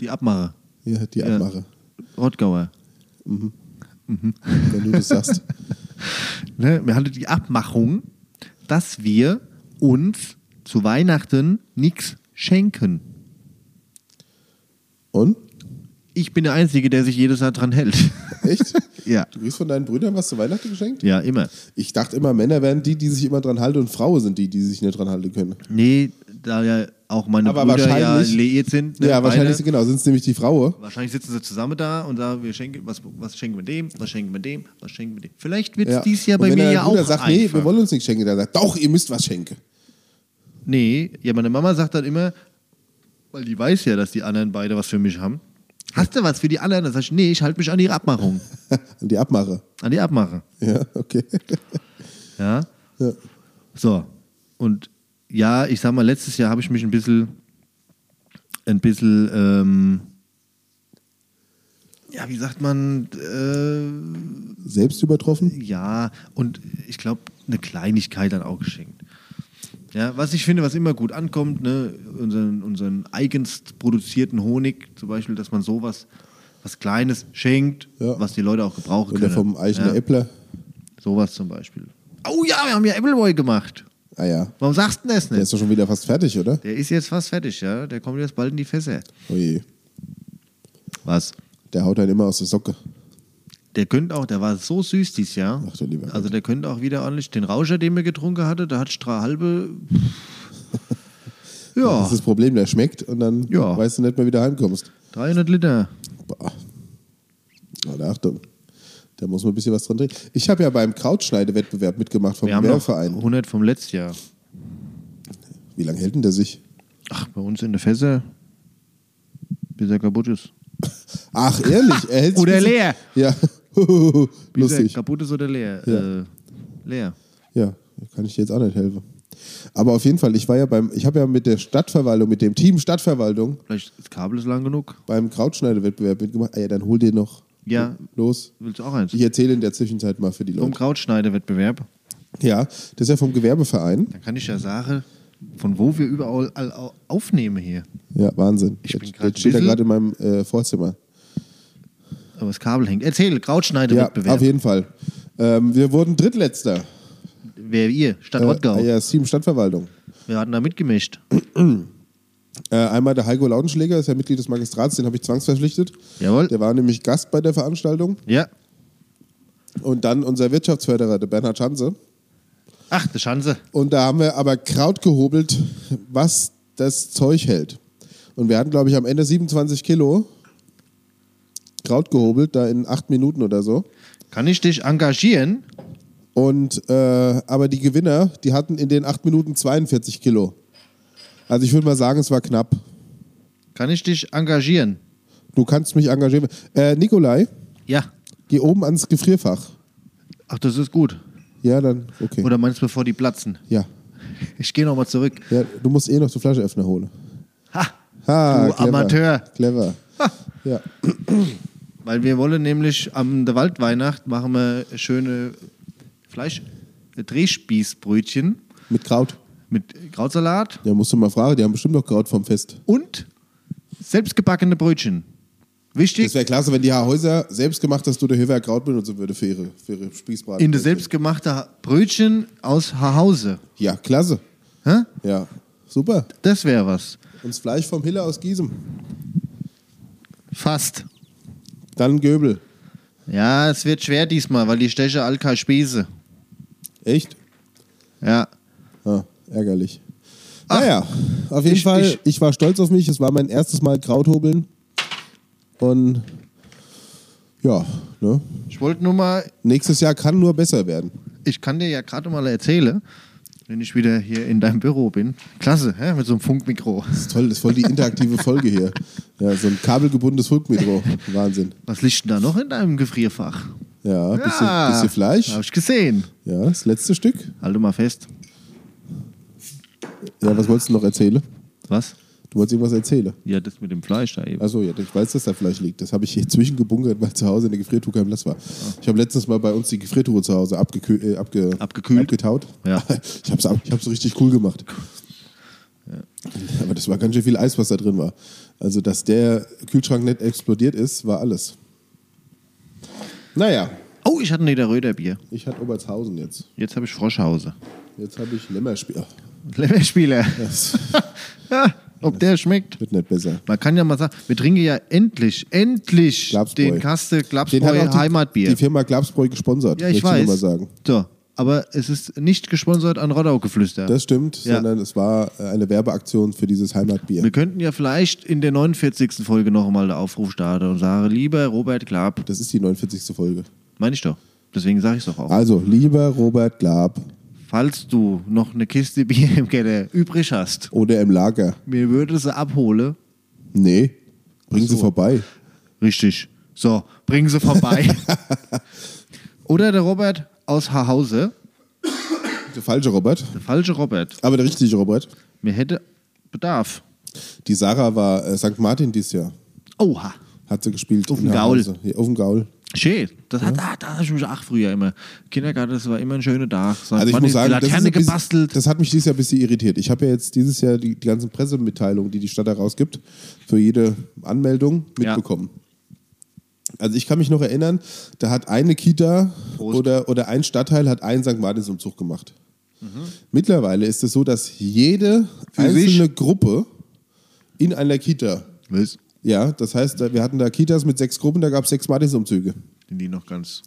Speaker 2: die Abmache,
Speaker 1: Ja, die
Speaker 2: Ja.
Speaker 1: Abmache.
Speaker 2: Rottgauer,
Speaker 1: Wenn du das sagst.
Speaker 2: ne? wir hatten die Abmachung, dass wir uns zu Weihnachten nichts schenken.
Speaker 1: Und?
Speaker 2: Ich bin der Einzige, der sich jedes Jahr dran hält.
Speaker 1: Echt?
Speaker 2: ja.
Speaker 1: Du kriegst von deinen Brüdern was zu Weihnachten geschenkt?
Speaker 2: Ja, immer.
Speaker 1: Ich dachte immer, Männer wären die, die sich immer dran halten und Frauen sind die, die sich nicht dran halten können.
Speaker 2: Nee, da ja auch meine
Speaker 1: Aber
Speaker 2: Brüder ja
Speaker 1: wahrscheinlich-
Speaker 2: liiert sind. ne,
Speaker 1: ja, wahrscheinlich,
Speaker 2: beide.
Speaker 1: genau, sind es nämlich die Frauen.
Speaker 2: Wahrscheinlich sitzen sie zusammen da und sagen, wir schenken, was, was schenken wir dem, was schenken wir dem, was schenken wir dem. Vielleicht wird es
Speaker 1: Ja.
Speaker 2: dieses Jahr
Speaker 1: Und
Speaker 2: bei
Speaker 1: wenn
Speaker 2: mir
Speaker 1: dein
Speaker 2: ja auch
Speaker 1: Bruder sagt, nee,
Speaker 2: einfach.
Speaker 1: wir wollen uns nicht schenken, dann sagt, doch, ihr müsst was schenken.
Speaker 2: Nee, ja, meine Mama sagt dann immer, weil die weiß ja, dass die anderen beide was für mich haben. Hast du was für die anderen? Dann sag ich, nee, ich halte mich an ihre Abmachung,
Speaker 1: Und die Abmache.
Speaker 2: an die Abmache.
Speaker 1: Ja, okay.
Speaker 2: Ja.
Speaker 1: Ja.
Speaker 2: So. Und ja, ich sag mal, letztes Jahr habe ich mich ein bisschen, ein bisschen, ähm, ja, wie sagt man, äh,
Speaker 1: Selbst übertroffen?
Speaker 2: ja, und ich glaube, eine Kleinigkeit dann auch geschenkt. Ja, was ich finde, was immer gut ankommt, ne, unseren, unseren eigens produzierten Honig, zum Beispiel, dass man sowas, was Kleines schenkt,
Speaker 1: Ja.
Speaker 2: was die Leute auch gebrauchen
Speaker 1: Oder
Speaker 2: können.
Speaker 1: vom Eichner
Speaker 2: ja,
Speaker 1: Äppler?
Speaker 2: Sowas zum Beispiel. Oh ja, wir haben ja Appleboy gemacht.
Speaker 1: Ah ja,
Speaker 2: Warum sagst du denn das
Speaker 1: der
Speaker 2: nicht?
Speaker 1: ist doch schon wieder fast fertig, oder?
Speaker 2: Der ist jetzt fast fertig, ja. Der kommt jetzt bald in die Fässer.
Speaker 1: Oje,
Speaker 2: Was?
Speaker 1: der haut einen immer aus der Socke.
Speaker 2: Der könnte auch, der war so süß dieses Jahr.
Speaker 1: Ach du lieber Gott.
Speaker 2: also der könnte auch wieder ordentlich den Rauscher, den wir getrunken hatte, da hat Stra halbe. ja,
Speaker 1: Das ist das Problem, der schmeckt und dann
Speaker 2: Oh. Ja.
Speaker 1: weißt du nicht mehr, wie du heimkommst.
Speaker 2: 300 Liter.
Speaker 1: Boah. Aber Achtung, da muss man ein bisschen was dran drehen. Ich habe ja beim Krautschneidewettbewerb mitgemacht vom
Speaker 2: Wir haben noch
Speaker 1: Gewerbeverein.
Speaker 2: 100 vom letzten Jahr.
Speaker 1: Wie lange hält denn der sich?
Speaker 2: Ach, bei uns in der Fässer, bis er kaputt ist.
Speaker 1: Ach, ehrlich? Er hält sich
Speaker 2: Oder
Speaker 1: ein bisschen-
Speaker 2: leer.
Speaker 1: Ja,
Speaker 2: Bis er
Speaker 1: lustig.
Speaker 2: kaputt ist oder leer.
Speaker 1: Ja.
Speaker 2: Äh, leer.
Speaker 1: Ja, kann ich dir jetzt auch nicht helfen. Aber auf jeden Fall, ich war ja beim, ich habe ja mit der Stadtverwaltung, mit dem Team Stadtverwaltung
Speaker 2: Vielleicht das Kabel ist lang genug.
Speaker 1: beim Krautschneidewettbewerb mitgemacht. Ah ja, dann hol dir noch
Speaker 2: Ja.
Speaker 1: los.
Speaker 2: Willst du auch eins?
Speaker 1: Ich erzähle in der Zwischenzeit mal für die
Speaker 2: Vom
Speaker 1: Leute.
Speaker 2: Krautschneidewettbewerb.
Speaker 1: Ja, das ist ja vom Gewerbeverein.
Speaker 2: Dann kann ich ja sagen, von wo wir überall all- au- aufnehmen hier.
Speaker 1: Ja, Wahnsinn.
Speaker 2: Ich bin
Speaker 1: Jetzt-
Speaker 2: grad
Speaker 1: jetzt steht er
Speaker 2: bisschen-
Speaker 1: gerade in meinem äh, Vorzimmer.
Speaker 2: Aber das Kabel hängt. Erzähl,
Speaker 1: Ja, also
Speaker 2: Krautschneidewettbewerb.
Speaker 1: auf jeden Fall. Ähm, wir wurden Drittletzter.
Speaker 2: Wer ihr? Stadt Rottgau.
Speaker 1: Äh, ja, das Team Stadtverwaltung.
Speaker 2: Wir hatten da mitgemischt.
Speaker 1: Äh, einmal der Heiko Laudenschläger, ist ja Mitglied des Magistrats, den habe ich zwangsverpflichtet.
Speaker 2: Jawohl.
Speaker 1: Der war nämlich Gast bei der Veranstaltung.
Speaker 2: Ja.
Speaker 1: Und dann unser Wirtschaftsförderer, der Bernhard Schanze.
Speaker 2: Ach, eine Schanze.
Speaker 1: Und da haben wir aber Kraut gehobelt, was das Zeug hält. Und wir hatten, glaube ich, am Ende 27 Kilo Kraut gehobelt, da in acht Minuten oder so.
Speaker 2: Kann ich dich engagieren?
Speaker 1: Und äh, aber die Gewinner, die hatten in den acht Minuten 42 Kilo. Also ich würde mal sagen, es war knapp.
Speaker 2: Kann ich dich engagieren?
Speaker 1: Du kannst mich engagieren. Äh, Nikolai,
Speaker 2: Ja.
Speaker 1: geh oben ans Gefrierfach.
Speaker 2: Ach, das ist gut.
Speaker 1: Ja, dann, okay.
Speaker 2: Oder meinst du, bevor die platzen?
Speaker 1: ja.
Speaker 2: Ich gehe nochmal zurück.
Speaker 1: ja, du musst eh noch den Flascheöffner holen.
Speaker 2: Ha!
Speaker 1: Ha,
Speaker 2: Du Amateur.
Speaker 1: Clever. Ja.
Speaker 2: Weil wir wollen nämlich am der Waldweihnacht machen wir schöne Fleisch Drehspießbrötchen
Speaker 1: Mit Kraut.
Speaker 2: mit Krautsalat
Speaker 1: Ja, musst du mal fragen, die haben bestimmt noch Kraut vom Fest.
Speaker 2: und selbstgebackene Brötchen. Wichtig,
Speaker 1: Das wäre klasse, wenn die Haarhäuser selbst gemacht, dass du der Höfer Kraut benutzen würde für ihre, für ihre Spießbraten.
Speaker 2: in das selbstgemachte Ha- Brötchen aus Hause.
Speaker 1: Ja, klasse.
Speaker 2: Hä?
Speaker 1: Ja, super.
Speaker 2: Das wäre was.
Speaker 1: Und das Fleisch vom Hiller aus Giesem.
Speaker 2: Fast.
Speaker 1: Dann Göbel.
Speaker 2: Ja, es wird schwer diesmal, weil die Steche Alka Spese.
Speaker 1: Echt?
Speaker 2: Ja.
Speaker 1: Ah, ärgerlich. Naja, auf jeden
Speaker 2: Ich-
Speaker 1: Fall, ich,
Speaker 2: ich-
Speaker 1: war stolz auf mich. Es war mein erstes Mal Krauthobeln. Und ja, ne?
Speaker 2: Ich wollte nur mal,
Speaker 1: nächstes Jahr kann nur besser werden.
Speaker 2: ich kann dir ja gerade mal erzählen, wenn ich wieder hier in deinem Büro bin. Klasse, hä? mit so einem Funkmikro.
Speaker 1: Das ist toll, das ist voll die interaktive Folge hier. Ja, so ein kabelgebundenes Funkmetro. Wahnsinn.
Speaker 2: Was liegt denn da noch in deinem Gefrierfach?
Speaker 1: Ja, bisschen, bisschen Fleisch.
Speaker 2: Hab ich gesehen.
Speaker 1: Ja, das letzte Stück.
Speaker 2: Halte mal fest.
Speaker 1: Ja, was wolltest du noch erzählen?
Speaker 2: Was?
Speaker 1: Du wolltest irgendwas erzählen.
Speaker 2: Ja, das mit dem Fleisch da eben.
Speaker 1: Achso, ja, ich weiß, dass da Fleisch liegt. Das habe ich hier zwischengebunkert, weil zu Hause in der Gefriertruhe kein Platz war.
Speaker 2: Ah.
Speaker 1: Ich habe letztens mal bei uns die Gefriertruhe zu Hause abgekühlt, äh, abge
Speaker 2: Abgekühlt.
Speaker 1: abgetaut.
Speaker 2: Ja.
Speaker 1: Ich habe es ab, ich hab's richtig cool gemacht. Aber das war ganz schön viel Eis, was da drin war. Also, dass der Kühlschrank nicht explodiert ist, war alles. Naja,
Speaker 2: Oh, ich hatte ein Niederröderbier.
Speaker 1: ich hatte Obertshausen jetzt.
Speaker 2: Jetzt habe ich Froschhause.
Speaker 1: Jetzt habe ich Lämmerspiel. Ach,
Speaker 2: Leverspieler.
Speaker 1: das-
Speaker 2: Ja, ob der schmeckt.
Speaker 1: Wird nicht besser.
Speaker 2: Man kann ja mal sagen, wir trinken ja endlich, endlich
Speaker 1: Glapsbräu.
Speaker 2: den Kaste
Speaker 1: Den
Speaker 2: Glapsbräu
Speaker 1: die,
Speaker 2: Heimatbier.
Speaker 1: die Firma Glapsbräu gesponsert,
Speaker 2: ja, ich
Speaker 1: möchte
Speaker 2: weiß.
Speaker 1: nur mal sagen.
Speaker 2: So, aber es ist nicht gesponsert an Roddau-Geflüster.
Speaker 1: Das stimmt,
Speaker 2: Ja.
Speaker 1: sondern es war äh, eine Werbeaktion für dieses Heimatbier.
Speaker 2: Wir könnten ja vielleicht in der 49. Folge noch einmal den Aufruf starten und sagen, lieber Robert Klapp,
Speaker 1: Das ist die 49. Folge.
Speaker 2: meine ich doch. Deswegen sage ich es doch auch.
Speaker 1: Also, lieber Robert Glab
Speaker 2: Falls du noch eine Kiste Bier im Keller übrig hast,
Speaker 1: oder im Lager.
Speaker 2: mir würde sie abholen.
Speaker 1: Nee, bring
Speaker 2: Ach so.
Speaker 1: sie vorbei.
Speaker 2: Richtig. So, bring sie vorbei. Oder der Robert aus Hause,
Speaker 1: Der falsche Robert,
Speaker 2: der falsche Robert.
Speaker 1: aber der richtige Robert.
Speaker 2: Mir hätte Bedarf.
Speaker 1: Die Sarah war äh, St. Martin dieses Jahr.
Speaker 2: Oha.
Speaker 1: Hat sie gespielt.
Speaker 2: Auf
Speaker 1: in
Speaker 2: dem
Speaker 1: der
Speaker 2: Gaul.
Speaker 1: Hause. Ja, auf dem Gaul.
Speaker 2: Schön. Das hat, ah, da, da hab ich mich auch früher immer. Kindergarten, das war immer ein schöner Tag. So,
Speaker 1: Also ich
Speaker 2: man
Speaker 1: muss
Speaker 2: ist
Speaker 1: sagen, das, ist ein
Speaker 2: Laterne
Speaker 1: bisschen,
Speaker 2: gebastelt.
Speaker 1: das hat mich dieses Jahr ein bisschen irritiert. Ich habe ja jetzt dieses Jahr die, die ganzen Pressemitteilungen, die die Stadt herausgibt, für jede Anmeldung
Speaker 2: Ja.
Speaker 1: mitbekommen. Also ich kann mich noch erinnern, da hat eine Kita
Speaker 2: Prost.
Speaker 1: oder, oder ein Stadtteil hat einen St. Martinsumzug gemacht. Mittlerweile ist es so, dass jede
Speaker 2: Für
Speaker 1: einzelne Gruppe in einer Kita,
Speaker 2: Was?
Speaker 1: ja, das heißt, da- wir hatten da Kitas mit sechs Gruppen, da gab es sechs Martinsumzüge.
Speaker 2: Sind die noch ganz.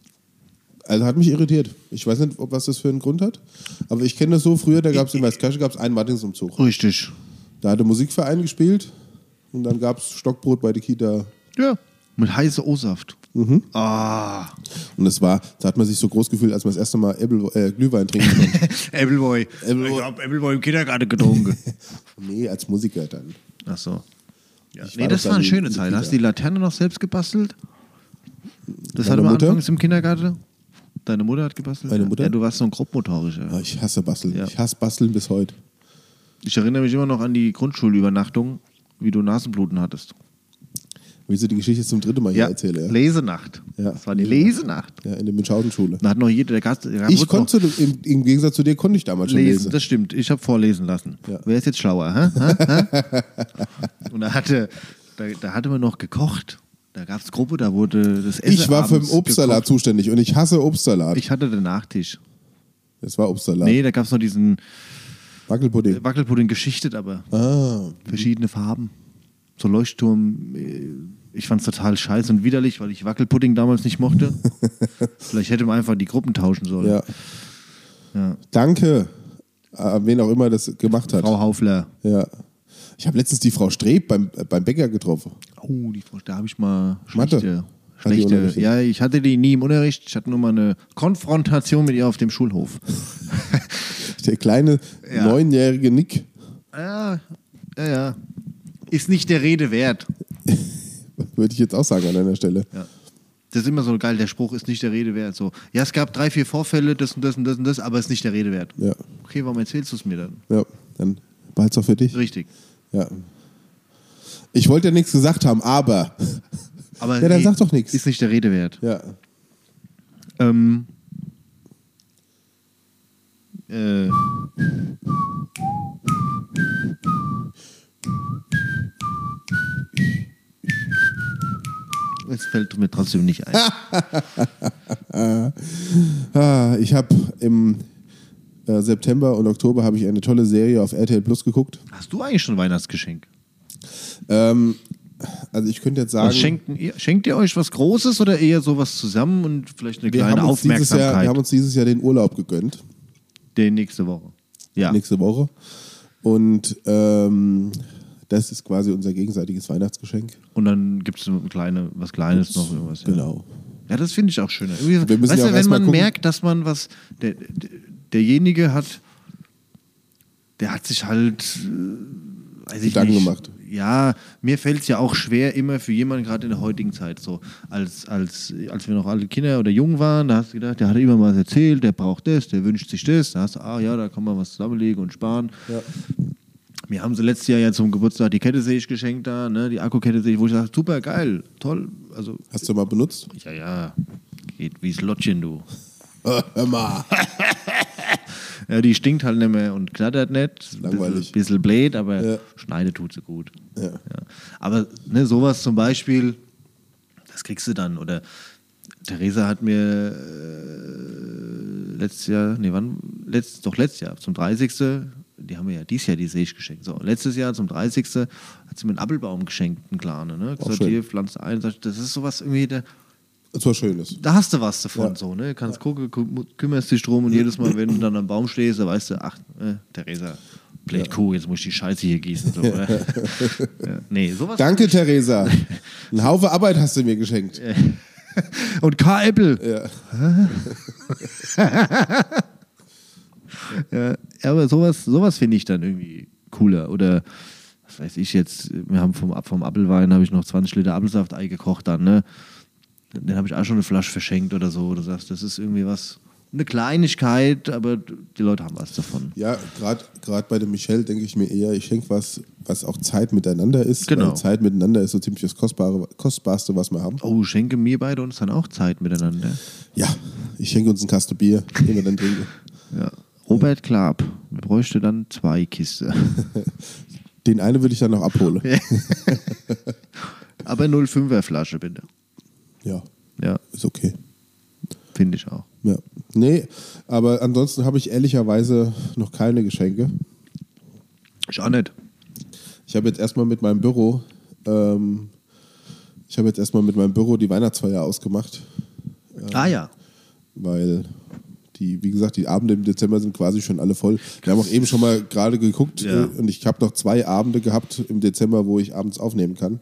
Speaker 1: Also hat mich irritiert. Ich weiß nicht, ob was das für einen Grund hat. Aber ich kenne das so, früher, da gab es in Weißkirche gab's einen Martinsumzug.
Speaker 2: Richtig.
Speaker 1: Da hatte Musikverein gespielt und dann gab es Stockbrot bei der Kita.
Speaker 2: Ja. Mit heißem O-Saft.
Speaker 1: Mhm.
Speaker 2: Ah.
Speaker 1: Und es war, da hat man sich so groß gefühlt, als man das erste Mal Äppel, äh, Glühwein trinken konnte.
Speaker 2: Appleboy.
Speaker 1: Appleboy.
Speaker 2: Ich hab Appleboy im Kindergarten getrunken.
Speaker 1: nee, als Musiker dann.
Speaker 2: Ach so. Ja.
Speaker 1: Ich
Speaker 2: Nee,
Speaker 1: war
Speaker 2: das
Speaker 1: doch
Speaker 2: war eine
Speaker 1: dann
Speaker 2: schöne
Speaker 1: in
Speaker 2: Zeit.
Speaker 1: Kita.
Speaker 2: Hast du die Laterne noch selbst gebastelt? Das
Speaker 1: Meine
Speaker 2: hatte man
Speaker 1: Mutter?
Speaker 2: anfangs im Kindergarten. Deine Mutter hat gebastelt?
Speaker 1: Meine
Speaker 2: Ja.
Speaker 1: Mutter?
Speaker 2: Ja, du warst so ein grobmotorischer.
Speaker 1: Ah, Ich hasse Basteln.
Speaker 2: Ja.
Speaker 1: Ich hasse Basteln bis heute.
Speaker 2: Ich erinnere mich immer noch an die Grundschulübernachtung, wie du Nasenbluten hattest.
Speaker 1: Wie so die Geschichte zum dritten Mal hier erzähle. Ja.
Speaker 2: Lesenacht.
Speaker 1: Ja.
Speaker 2: Das war die Lesenacht.
Speaker 1: ja, in der Münchhausen-Schule.
Speaker 2: Da hat noch jeder, der Gast, der
Speaker 1: Ich
Speaker 2: wurde noch
Speaker 1: konnte, zu dem- im, im Gegensatz zu dir, konnte ich damals schon
Speaker 2: lesen.
Speaker 1: lesen.
Speaker 2: Das stimmt. Ich habe vorlesen lassen.
Speaker 1: Ja.
Speaker 2: Wer ist jetzt schlauer? Hä? Hä? Hä? Und da hatte, da, da hatte man noch gekocht. Da gab es Gruppe, da wurde das Essen.
Speaker 1: Ich war für den
Speaker 2: abends
Speaker 1: Obstsalat
Speaker 2: gekocht.
Speaker 1: zuständig und ich hasse Obstsalat.
Speaker 2: Ich hatte den Nachtisch.
Speaker 1: das war Obstsalat.
Speaker 2: Nee, da gab es noch diesen
Speaker 1: Wackelpudding.
Speaker 2: Wackelpudding geschichtet, aber
Speaker 1: Ah,
Speaker 2: verschiedene Farben. So Leuchtturm. äh, Ich fand es total scheiße und widerlich, weil ich Wackelpudding damals nicht mochte. Vielleicht hätte man einfach die Gruppen tauschen sollen.
Speaker 1: ja.
Speaker 2: Ja.
Speaker 1: Danke, an wen auch immer das gemacht hat.
Speaker 2: Frau Haufler.
Speaker 1: Ja. Ich habe letztens die Frau Streb beim, äh, beim Bäcker getroffen.
Speaker 2: Oh, die Frau, da habe ich mal
Speaker 1: Mathe.
Speaker 2: schlechte.
Speaker 1: Hat die
Speaker 2: Schlechte,
Speaker 1: Unterricht?
Speaker 2: ja, ich hatte die nie im Unterricht. Ich hatte nur mal eine Konfrontation mit ihr auf dem Schulhof.
Speaker 1: Der kleine
Speaker 2: Ja.
Speaker 1: neunjährige Nick.
Speaker 2: ja, Ah, ja, ja. Ist nicht der Rede wert.
Speaker 1: Würde ich jetzt auch sagen an deiner Stelle.
Speaker 2: Ja. Das ist immer so geil, der Spruch ist nicht der Rede wert. So, ja, es gab drei, vier Vorfälle, das und das und das und das, aber ist nicht der Rede wert.
Speaker 1: Ja.
Speaker 2: Okay, warum erzählst du es mir dann?
Speaker 1: Ja, dann behalt's auch für dich.
Speaker 2: Richtig.
Speaker 1: Ja. Ich wollte ja nichts gesagt haben, aber.
Speaker 2: Aber
Speaker 1: Ja, dann sag doch nichts.
Speaker 2: Ist nicht der Rede wert.
Speaker 1: Ja.
Speaker 2: Ähm, äh, es fällt mir trotzdem nicht ein.
Speaker 1: Ah, ich habe im äh, September und Oktober habe ich eine tolle Serie auf RTL Plus geguckt.
Speaker 2: Hast du eigentlich schon ein Weihnachtsgeschenk?
Speaker 1: Ähm, also ich könnte jetzt sagen,
Speaker 2: Was schenkt, ihr, schenkt ihr euch was Großes oder eher sowas zusammen und vielleicht eine
Speaker 1: wir,
Speaker 2: kleine
Speaker 1: haben uns dieses Jahr,
Speaker 2: Aufmerksamkeit
Speaker 1: wir haben uns dieses Jahr den Urlaub gegönnt.
Speaker 2: der nächste Woche? Ja.
Speaker 1: nächste Woche. Und ähm, das ist quasi unser gegenseitiges Weihnachtsgeschenk.
Speaker 2: Und dann gibt es kleine, was Kleines noch irgendwas. Ja.
Speaker 1: Genau.
Speaker 2: Ja, das finde ich auch schöner. Irgendwie,
Speaker 1: Wir müssen
Speaker 2: weißt
Speaker 1: ja auch
Speaker 2: du, wenn
Speaker 1: erst mal
Speaker 2: man
Speaker 1: gucken-
Speaker 2: merkt, dass man was, der, der, derjenige hat, der hat sich halt, äh, weiß ich
Speaker 1: Gedanken
Speaker 2: nicht.
Speaker 1: gemacht.
Speaker 2: Ja, mir fällt es ja auch schwer, immer für jemanden gerade in der heutigen Zeit so, als, als, als wir noch alle Kinder oder jung waren, da hast du gedacht, der hat immer mal was erzählt, der braucht das, der wünscht sich das, da hast du, ah ja, da kann man was zusammenlegen und sparen. Mir haben sie letztes Jahr ja zum Geburtstag die Kette sehe ich geschenkt da, ne, die Akkukette sehe ich, wo ich sage, super geil, toll, also
Speaker 1: Hast du mal benutzt?
Speaker 2: ja, ja. Geht wie Slotchen, du.
Speaker 1: Hör mal.
Speaker 2: Ja, die stinkt halt nicht mehr und knattert nicht.
Speaker 1: Langweilig.
Speaker 2: Bisschen, bisschen blöd, aber
Speaker 1: Ja.
Speaker 2: schneidet tut sie gut.
Speaker 1: Ja.
Speaker 2: Aber ne, sowas zum Beispiel, das kriegst du dann. Oder Theresa hat mir äh, letztes Jahr, nee, wann? Letzt, doch letztes Jahr, zum 30. die haben wir ja dieses Jahr die Sage geschenkt. So, letztes Jahr zum 30. hat sie mir einen Appelbaum geschenkt, einen kleinen. Ne? Gesagt,
Speaker 1: schön.
Speaker 2: hier pflanzt ein. Sag ich, Das ist sowas irgendwie, da,
Speaker 1: Das war Schönes.
Speaker 2: da hast du was davon.
Speaker 1: Ja.
Speaker 2: So, ne? Kannst gucken, kü kümmerst dich drum und jedes Mal, wenn du dann am Baum stehst, dann weißt du, ach, äh, Theresa, blöd Kuh, jetzt muss ich die Scheiße hier gießen. So, oder? ja. Nee, sowas.
Speaker 1: Danke, Theresa. Ein Haufe Arbeit hast du mir geschenkt.
Speaker 2: Und K. Apple. Ja, aber sowas, sowas finde ich dann irgendwie cooler. Oder was weiß ich jetzt, wir haben vom, vom Apfelwein habe ich noch 20 Liter Apfelsaftei gekocht dann, ne? Den habe ich auch schon eine Flasche verschenkt oder so. Du sagst, das ist irgendwie was, eine Kleinigkeit, aber die Leute haben was davon.
Speaker 1: Ja, gerade bei der Michelle denke ich mir eher, ich schenke was, was auch Zeit miteinander ist.
Speaker 2: Genau.
Speaker 1: Weil Zeit miteinander ist so ziemlich das Kostbare, Kostbarste, was wir haben.
Speaker 2: Oh, schenke mir beide uns dann auch Zeit miteinander.
Speaker 1: Ja, ich schenke uns einen Kasten Bier, den wir dann trinken.
Speaker 2: Ja. Robert Klab, wir bräuchte dann zwei Kiste.
Speaker 1: Den einen würde ich dann noch abholen.
Speaker 2: Aber 05er Flasche bitte.
Speaker 1: Ja,
Speaker 2: Ja,
Speaker 1: ist okay.
Speaker 2: finde ich auch.
Speaker 1: Ja. Nee, aber ansonsten habe ich ehrlicherweise noch keine Geschenke.
Speaker 2: Ich auch nicht.
Speaker 1: Ich habe jetzt erstmal mit meinem Büro, ähm, ich habe jetzt erstmal mit meinem Büro die Weihnachtsfeier ausgemacht,
Speaker 2: Ah ja.
Speaker 1: weil die, wie gesagt, die Abende im Dezember sind quasi schon alle voll. Wir haben auch eben schon mal gerade geguckt
Speaker 2: Ja.
Speaker 1: äh, und ich habe noch zwei Abende gehabt im Dezember, wo ich abends aufnehmen kann.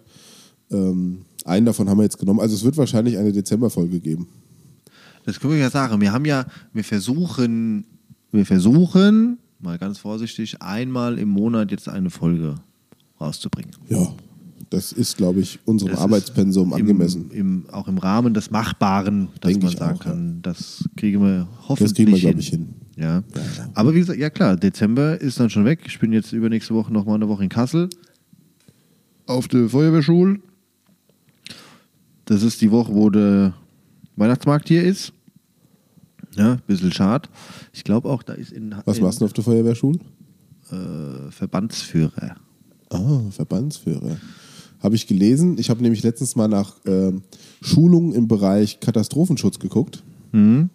Speaker 1: Ähm, einen davon haben wir jetzt genommen. Also es wird wahrscheinlich eine Dezemberfolge geben.
Speaker 2: Das können wir ja sagen. Wir haben ja, wir versuchen, wir versuchen, mal ganz vorsichtig, einmal im Monat jetzt eine Folge rauszubringen.
Speaker 1: Ja, das ist, glaube ich, unserem
Speaker 2: Das ist
Speaker 1: Arbeitspensum
Speaker 2: im-
Speaker 1: angemessen.
Speaker 2: Im, auch im Rahmen des Machbaren, dass
Speaker 1: Denke
Speaker 2: man
Speaker 1: ich
Speaker 2: sagen
Speaker 1: auch, ja.
Speaker 2: kann, das kriegen wir hoffentlich
Speaker 1: Das kriegen wir, glaube ich, hin.
Speaker 2: Ja. Aber wie gesagt, ja klar, Dezember ist dann schon weg. Ich bin jetzt übernächste Woche nochmal eine Woche in Kassel. Auf der Feuerwehrschule. Das ist die Woche, wo der Weihnachtsmarkt hier ist. Ja, bisschen schade. Ich glaube auch, da ist in,
Speaker 1: Was
Speaker 2: in
Speaker 1: machst du auf der Feuerwehrschule?
Speaker 2: äh, Verbandsführer.
Speaker 1: Ah, Verbandsführer. Habe ich gelesen. Ich habe nämlich letztens mal nach ähm, Schulungen im Bereich Katastrophenschutz geguckt.
Speaker 2: Mhm.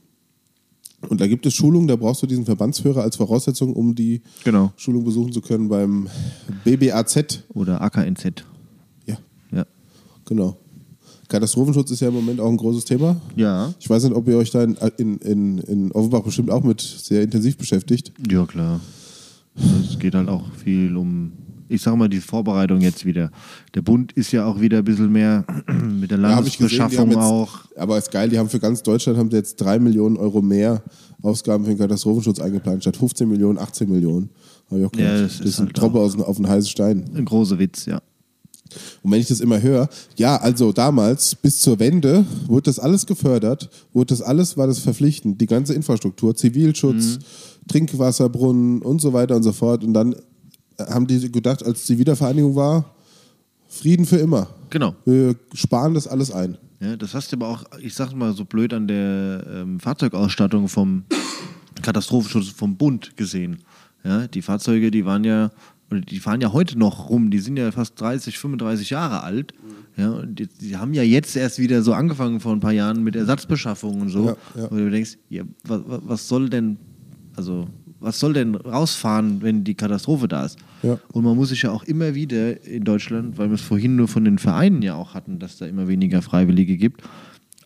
Speaker 1: Und da gibt es Schulungen, da brauchst du diesen Verbandsführer als Voraussetzung, um die
Speaker 2: Genau.
Speaker 1: Schulung besuchen zu können beim BBAZ.
Speaker 2: Oder AKNZ.
Speaker 1: Ja,
Speaker 2: Ja.
Speaker 1: genau. Katastrophenschutz ist ja im Moment auch ein großes Thema.
Speaker 2: Ja.
Speaker 1: Ich weiß nicht, ob ihr euch da in, in, in, in Offenbach bestimmt auch mit sehr intensiv beschäftigt.
Speaker 2: Ja, klar. Es geht halt auch viel um, ich sag mal, die Vorbereitung jetzt wieder. Der Bund ist ja auch wieder ein bisschen mehr mit der
Speaker 1: Da habe ich gesehen, die haben
Speaker 2: Landesbeschaffung
Speaker 1: jetzt,
Speaker 2: auch.
Speaker 1: aber ist geil, die haben für ganz Deutschland haben sie jetzt 3 Millionen Euro mehr Ausgaben für den Katastrophenschutz eingeplant, statt 15 Millionen, 18 Millionen. Hab ich auch
Speaker 2: Ja,
Speaker 1: gedacht,
Speaker 2: das
Speaker 1: das,
Speaker 2: ist
Speaker 1: ist ein
Speaker 2: halt
Speaker 1: Tropper
Speaker 2: auch-
Speaker 1: aus, auf einen heißen Stein.
Speaker 2: Ein großer Witz, ja.
Speaker 1: Und wenn ich das immer höre, ja, also damals bis zur Wende wurde das alles gefördert, wurde das alles war das verpflichtend, die ganze Infrastruktur, Zivilschutz,
Speaker 2: Mhm.
Speaker 1: Trinkwasserbrunnen und so weiter und so fort. Und dann äh, haben die gedacht, als die Wiedervereinigung war, Frieden für immer.
Speaker 2: Genau.
Speaker 1: Wir sparen das alles ein.
Speaker 2: Ja, das hast du aber auch, ich sag mal so blöd, an der ähm, Fahrzeugausstattung vom Katastrophenschutz vom Bund gesehen. Ja, die Fahrzeuge, die waren ja, oder die fahren ja heute noch rum, die sind ja fast 30, 35 Jahre alt.
Speaker 1: Mhm.
Speaker 2: Ja, und die, die haben ja jetzt erst wieder so angefangen vor ein paar Jahren mit Ersatzbeschaffung und so.
Speaker 1: Ja, ja.
Speaker 2: Wo du denkst, ja, was, was soll denn, also was soll denn rausfahren, wenn die Katastrophe da ist?
Speaker 1: Ja.
Speaker 2: Und man muss sich ja auch immer wieder in Deutschland, weil wir es vorhin nur von den Vereinen ja auch hatten, dass da immer weniger Freiwillige gibt,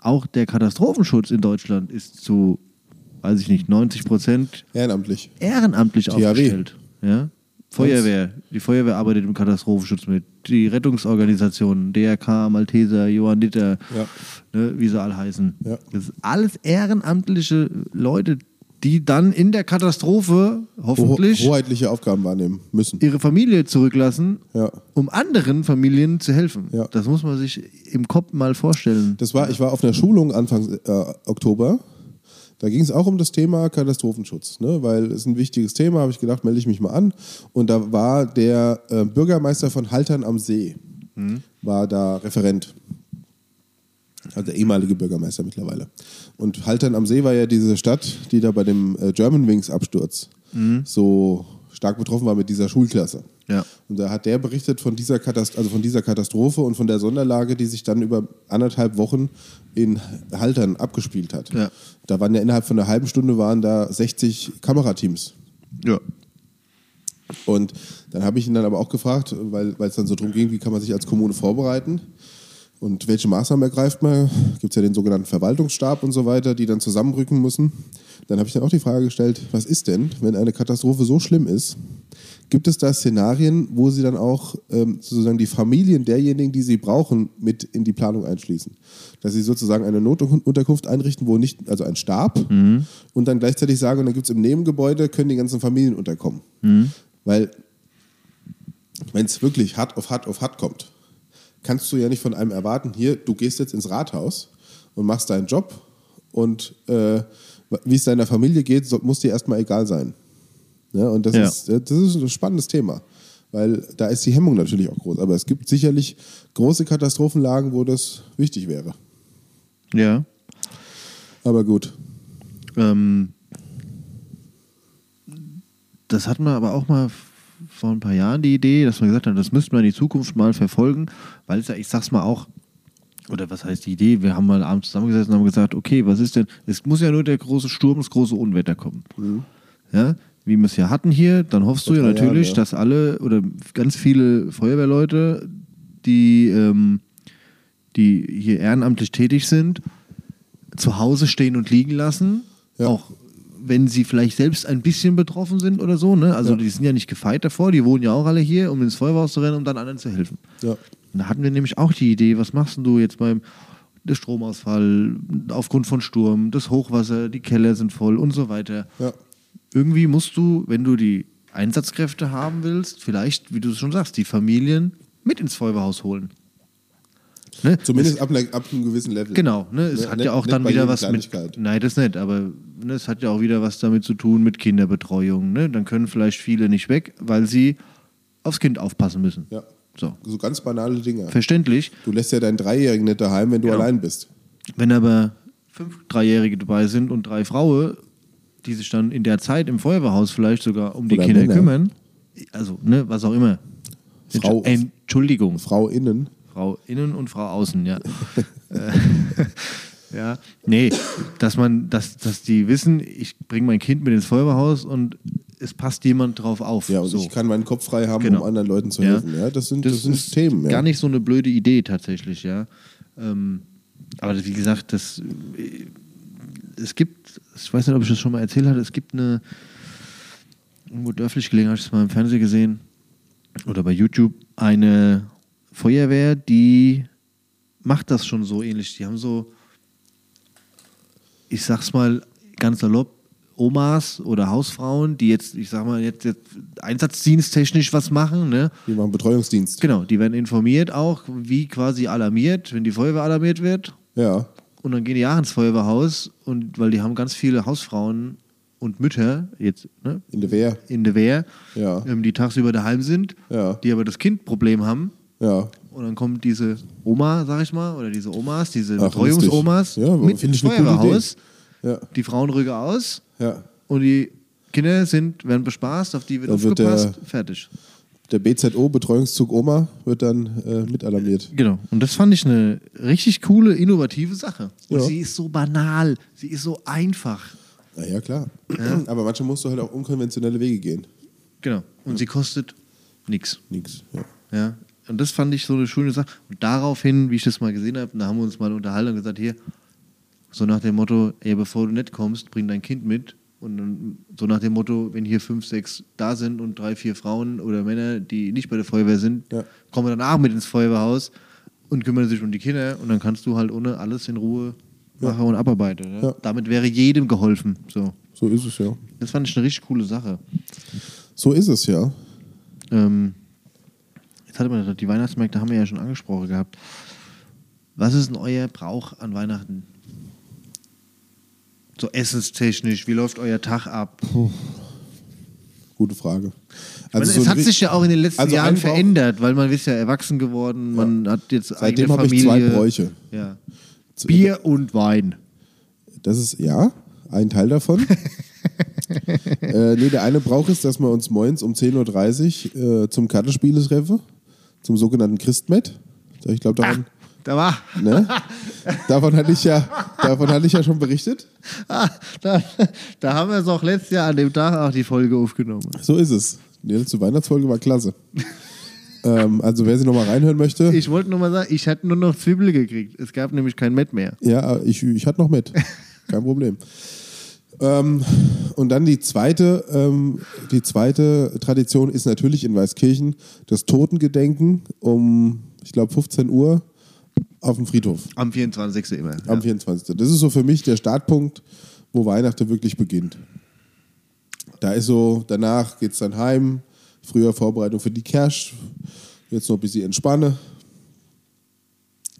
Speaker 2: auch der Katastrophenschutz in Deutschland ist zu, weiß ich nicht, 90 Prozent
Speaker 1: Ehrenamtlich.
Speaker 2: ehrenamtlich
Speaker 1: THW.
Speaker 2: aufgestellt. Ja? Feuerwehr. Die Feuerwehr arbeitet im Katastrophenschutz mit. Die Rettungsorganisationen, DRK, Malteser, Johanniter,
Speaker 1: Ja.
Speaker 2: ne, wie sie alle heißen.
Speaker 1: Ja.
Speaker 2: Das sind alles ehrenamtliche Leute, die dann in der Katastrophe
Speaker 1: Ho
Speaker 2: hoffentlich
Speaker 1: hoheitliche Aufgaben wahrnehmen müssen.
Speaker 2: ihre Familie zurücklassen,
Speaker 1: Ja.
Speaker 2: um anderen Familien zu helfen.
Speaker 1: Ja.
Speaker 2: Das muss man sich im Kopf mal vorstellen.
Speaker 1: Das war, ich war auf einer Schulung Anfang äh, Oktober. Da ging es auch um das Thema Katastrophenschutz, ne? weil es ist ein wichtiges Thema, habe ich gedacht, melde ich mich mal an. Und da war der äh, Bürgermeister von Haltern am See, war da Referent. Also der ehemalige Bürgermeister mittlerweile. Und Haltern am See war ja diese Stadt, die da bei dem äh, Germanwings-Absturz so stark betroffen war mit dieser Schulklasse.
Speaker 2: Ja.
Speaker 1: Und da hat der berichtet von dieser, Katast also von dieser Katastrophe und von der Sonderlage, die sich dann über anderthalb Wochen in Haltern abgespielt hat.
Speaker 2: Ja.
Speaker 1: Da waren ja innerhalb von einer halben Stunde waren da 60 Kamerateams
Speaker 2: Ja.
Speaker 1: Und dann habe ich ihn dann aber auch gefragt, weil weil es dann so darum ging, wie kann man sich als Kommune vorbereiten und welche Maßnahmen ergreift man. Gibt es ja den sogenannten Verwaltungsstab und so weiter, die dann zusammenrücken müssen. Dann habe ich dann auch die Frage gestellt, was ist denn, wenn eine Katastrophe so schlimm ist? Gibt es da Szenarien, wo sie dann auch ähm, sozusagen die Familien derjenigen, die sie brauchen, mit in die Planung einschließen? Dass sie sozusagen eine Notunterkunft einrichten, wo nicht, also ein Stab, und dann gleichzeitig sagen, und dann gibt es im Nebengebäude, können die ganzen Familien unterkommen. Weil wenn es wirklich hart auf hart auf hart kommt, kannst du ja nicht von einem erwarten, hier, du gehst jetzt ins Rathaus und machst deinen Job und äh, wie es deiner Familie geht, so- muss dir erstmal egal sein. Ne? Und das,
Speaker 2: Ja.
Speaker 1: ist, das ist ein spannendes Thema, weil da ist die Hemmung natürlich auch groß. Aber es gibt sicherlich große Katastrophenlagen, wo das wichtig wäre.
Speaker 2: Ja.
Speaker 1: Aber gut.
Speaker 2: Ähm, das hatten wir aber auch mal vor ein paar Jahren die Idee, dass man gesagt hat, das müssten wir in die Zukunft mal verfolgen, weil es ja, ich sag's mal auch, oder was heißt die Idee, wir haben mal abends zusammengesessen und haben gesagt, okay, was ist denn, es muss ja nur der große Sturm, das große Unwetter kommen. Ja, wie wir es ja hatten hier, dann hoffst du ja
Speaker 1: Mhm. Vor drei
Speaker 2: natürlich,
Speaker 1: Jahren, ja.
Speaker 2: dass alle oder ganz viele Feuerwehrleute, die, ähm, die hier ehrenamtlich tätig sind, zu Hause stehen und liegen lassen,
Speaker 1: Ja.
Speaker 2: auch wenn sie vielleicht selbst ein bisschen betroffen sind oder so. Ne? Also
Speaker 1: Ja.
Speaker 2: die sind ja nicht gefeit davor, die wohnen ja auch alle hier, um ins Feuerwehrhaus zu rennen, um dann anderen zu helfen.
Speaker 1: Ja.
Speaker 2: Und Da hatten wir nämlich auch die Idee, was machst denn du jetzt beim der Stromausfall aufgrund von Sturm, das Hochwasser, die Keller sind voll und so weiter.
Speaker 1: Ja.
Speaker 2: Irgendwie musst du, wenn du die Einsatzkräfte haben willst, vielleicht, wie du es schon sagst, die Familien mit ins Feuerwehrhaus holen. Ne?
Speaker 1: Zumindest ab, einer, ab einem gewissen Level.
Speaker 2: Genau, ne? es
Speaker 1: Ne,
Speaker 2: hat
Speaker 1: nicht-
Speaker 2: ja auch
Speaker 1: nicht
Speaker 2: dann
Speaker 1: bei
Speaker 2: wieder
Speaker 1: jeder
Speaker 2: was mit.
Speaker 1: Kleinigkeit.
Speaker 2: Nein, das nicht, aber ne, es hat ja auch wieder was damit zu tun mit Kinderbetreuung. Ne? Dann können vielleicht viele nicht weg, weil sie aufs Kind aufpassen müssen.
Speaker 1: Ja.
Speaker 2: So.
Speaker 1: So ganz banale Dinge.
Speaker 2: Verständlich.
Speaker 1: Du lässt ja deinen Dreijährigen nicht daheim, wenn du
Speaker 2: Genau.
Speaker 1: allein bist.
Speaker 2: Wenn aber fünf Dreijährige dabei sind und drei Frauen, die sich dann in der Zeit im Feuerwehrhaus vielleicht sogar um die
Speaker 1: Oder
Speaker 2: Kinder
Speaker 1: Männer.
Speaker 2: kümmern, also ne, was auch immer.
Speaker 1: Frau-
Speaker 2: Entschuldigung.
Speaker 1: Frau innen.
Speaker 2: Frau innen und Frau außen, ja. Äh, ja, nee, dass man, dass, dass die wissen, ich bringe mein Kind mit ins Feuerwehrhaus und es passt jemand drauf auf.
Speaker 1: Ja, und
Speaker 2: so.
Speaker 1: ich kann meinen Kopf frei haben,
Speaker 2: Genau.
Speaker 1: um anderen Leuten zu
Speaker 2: Ja.
Speaker 1: helfen. Ja, das sind, das sind
Speaker 2: ist
Speaker 1: Themen. Ja.
Speaker 2: Gar nicht so eine blöde Idee tatsächlich, ja. Ähm, aber das- wie gesagt, das, äh, es gibt, ich weiß nicht, ob ich das schon mal erzählt hatte, es gibt eine, irgendwo dörflich gelegen, habe ich es mal im Fernsehen gesehen oder bei YouTube, eine Feuerwehr, die macht das schon so ähnlich. Die haben so, ich sag's mal ganz salopp, Omas oder Hausfrauen, die jetzt, ich sag mal, jetzt, jetzt einsatzdiensttechnisch was machen, ne?
Speaker 1: Die machen Betreuungsdienst.
Speaker 2: Genau, die werden informiert auch, wie quasi alarmiert, wenn die Feuerwehr alarmiert wird.
Speaker 1: Ja,
Speaker 2: Und dann gehen die auch ins Feuerwehrhaus, und, weil die haben ganz viele Hausfrauen und Mütter jetzt ne,
Speaker 1: in der Wehr.
Speaker 2: in der Wehr,
Speaker 1: Ja.
Speaker 2: ähm, die tagsüber daheim sind,
Speaker 1: Ja.
Speaker 2: die aber das Kind-Problem haben.
Speaker 1: Ja.
Speaker 2: Und dann kommt diese Oma, sag ich mal, oder diese Omas, diese
Speaker 1: Ach,
Speaker 2: Betreuungsomas
Speaker 1: lustig. Ja, aber
Speaker 2: mit
Speaker 1: find
Speaker 2: ins
Speaker 1: ich eine coole
Speaker 2: Feuerwehrhaus.
Speaker 1: Ja.
Speaker 2: Die Frauen rücken aus
Speaker 1: ja.
Speaker 2: und die Kinder sind, werden bespaßt, auf die wird
Speaker 1: Da wird der-
Speaker 2: aufgepasst, fertig.
Speaker 1: Der BZO-Betreuungszug Oma wird dann äh, mit alarmiert.
Speaker 2: Genau. Und das fand ich eine richtig coole, innovative Sache. Und
Speaker 1: Ja.
Speaker 2: sie ist so banal, sie ist so einfach.
Speaker 1: Na ja, klar. Aber manchmal musst du halt auch unkonventionelle Wege gehen.
Speaker 2: Genau. Und sie kostet nichts.
Speaker 1: Nix. Ja.
Speaker 2: Ja. Und das fand ich so eine schöne Sache. Und daraufhin, wie ich das mal gesehen habe, da haben wir uns mal unterhalten und gesagt, hier, so nach dem Motto, ey, bevor du nicht kommst, bring dein Kind mit. Und dann, so nach dem Motto, wenn hier fünf, sechs da sind und drei, vier Frauen oder Männer, die nicht bei der Feuerwehr sind,
Speaker 1: Ja.
Speaker 2: kommen dann auch mit ins Feuerwehrhaus und kümmern sich um die Kinder. Und dann kannst du halt ohne alles in Ruhe machen und abarbeiten. Ja?
Speaker 1: Ja.
Speaker 2: Damit wäre jedem geholfen. So.
Speaker 1: So ist es ja.
Speaker 2: Das fand ich eine richtig coole Sache.
Speaker 1: So ist es ja.
Speaker 2: Ähm, jetzt hatte man die Weihnachtsmärkte haben wir ja schon angesprochen gehabt. Was ist denn euer Brauch an Weihnachten? So essenstechnisch, wie läuft euer Tag ab?
Speaker 1: Also Gute Frage. Also
Speaker 2: Ich meine,
Speaker 1: so
Speaker 2: es
Speaker 1: ein
Speaker 2: hat
Speaker 1: ri-
Speaker 2: sich ja auch in den letzten
Speaker 1: also
Speaker 2: Jahren
Speaker 1: ein Brauch-
Speaker 2: verändert, weil man ist ja erwachsen geworden, man hat jetzt
Speaker 1: Seitdem
Speaker 2: eigene
Speaker 1: habe ich
Speaker 2: Familie.
Speaker 1: zwei Bräuche.
Speaker 2: Ja. Bier und Wein.
Speaker 1: Das ist, ja, ein Teil davon. äh, nee, der eine Brauch ist, dass wir uns moins um 10.30 Uhr äh, zum Kartenspiele treffen, zum sogenannten Christmet. Ich glaube, davon,
Speaker 2: Da war.
Speaker 1: ne? davon, hatte ich ja, davon hatte ich ja schon berichtet.
Speaker 2: Ah, da, da haben wir es auch letztes Jahr an dem Tag auch die Folge aufgenommen.
Speaker 1: So ist es. Die letzte Weihnachtsfolge war klasse. ähm, also wer sie nochmal reinhören möchte,
Speaker 2: Ich wollte nur mal sagen, ich hatte nur noch Zwiebel gekriegt. Es gab nämlich kein Met mehr.
Speaker 1: ja, ich, ich hatte noch mit. Kein Problem. Ähm, und dann die zweite, ähm, die zweite Tradition ist natürlich in Weißkirchen das Totengedenken um, ich glaube, 15 Uhr auf dem Friedhof.
Speaker 2: Am 24. immer.
Speaker 1: am 24. Das ist so für mich der Startpunkt, wo Weihnachten wirklich beginnt. Da ist so, danach geht es dann heim, früher Vorbereitung für die Kersch, jetzt noch ein bisschen entspanne.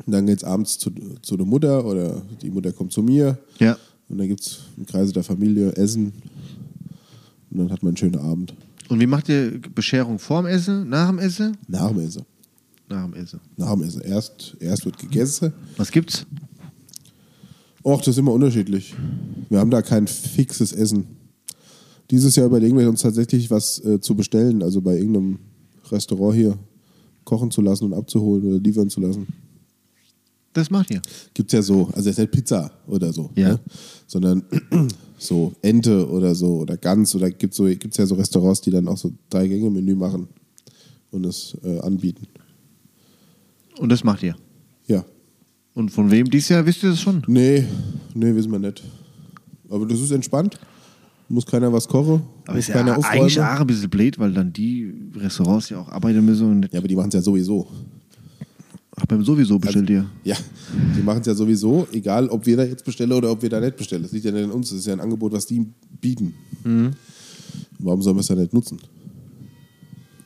Speaker 1: Und dann geht es abends zu, zu der Mutter oder die Mutter kommt zu mir.
Speaker 2: Ja.
Speaker 1: Und dann gibt es im Kreise der Familie Essen. Und dann hat man einen schönen Abend.
Speaker 2: Und wie macht ihr Bescherung? Vorm Essen? Nach dem Essen?
Speaker 1: Nach dem Essen.
Speaker 2: Nach dem Essen.
Speaker 1: Nach dem Essen. Erst, erst wird gegessen.
Speaker 2: Was gibt's?
Speaker 1: Och, das ist immer unterschiedlich. Wir haben da kein fixes Essen. Dieses Jahr überlegen wir uns tatsächlich was äh, zu bestellen, also bei irgendeinem Restaurant hier kochen zu lassen und abzuholen oder liefern zu lassen.
Speaker 2: Das macht ihr.
Speaker 1: Gibt's ja so, also es ist halt Pizza oder so,
Speaker 2: Ja.
Speaker 1: ne? sondern so Ente oder so oder Gans oder gibt's so gibt's ja so Restaurants, die dann auch so drei Gänge Menü machen und es äh, anbieten.
Speaker 2: Und das macht ihr.
Speaker 1: Ja,
Speaker 2: Und von wem? Dieses Jahr wisst ihr das schon.
Speaker 1: nee, nee, wissen wir nicht. Aber das ist entspannt. Muss keiner was kochen.
Speaker 2: Aber
Speaker 1: muss
Speaker 2: ist ja
Speaker 1: keiner
Speaker 2: eigentlich auch ein bisschen blöd, weil dann die Restaurants ja auch arbeiten müssen und nicht. Also-
Speaker 1: Ja, aber die machen es ja sowieso.
Speaker 2: Ach, beim sowieso bestellt ihr.
Speaker 1: Ja, die machen es ja sowieso, egal ob wir da jetzt bestellen oder ob wir da nicht bestellen. Das liegt ja nicht an uns, das ist ja ein Angebot, was die bieten.
Speaker 2: Mhm.
Speaker 1: Warum sollen wir es dann nicht nutzen?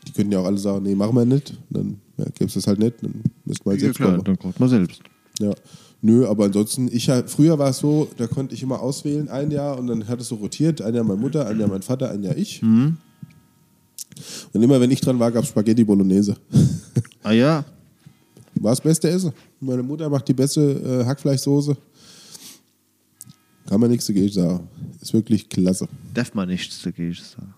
Speaker 1: Die könnten ja auch alle sagen, nee, machen wir nicht. Und Dann ja, gäbe es das halt nicht, dann müssten wir halt
Speaker 2: Ja,
Speaker 1: selbst
Speaker 2: klar,
Speaker 1: kommen.
Speaker 2: dann kocht man selbst.
Speaker 1: Ja. Nö, aber ansonsten, ich hab- früher war es so, da konnte ich immer auswählen, ein Jahr und dann hat es so rotiert, ein Jahr meine Mutter, ein Jahr mein Vater, ein Jahr ich. Und immer wenn ich dran war, gab es Spaghetti Bolognese.
Speaker 2: Ah ja,
Speaker 1: War das beste Essen. Meine Mutter macht die beste äh, Hackfleischsoße. Kann man nichts dagegen sagen. Ist wirklich klasse.
Speaker 2: darf man nichts dagegen sagen.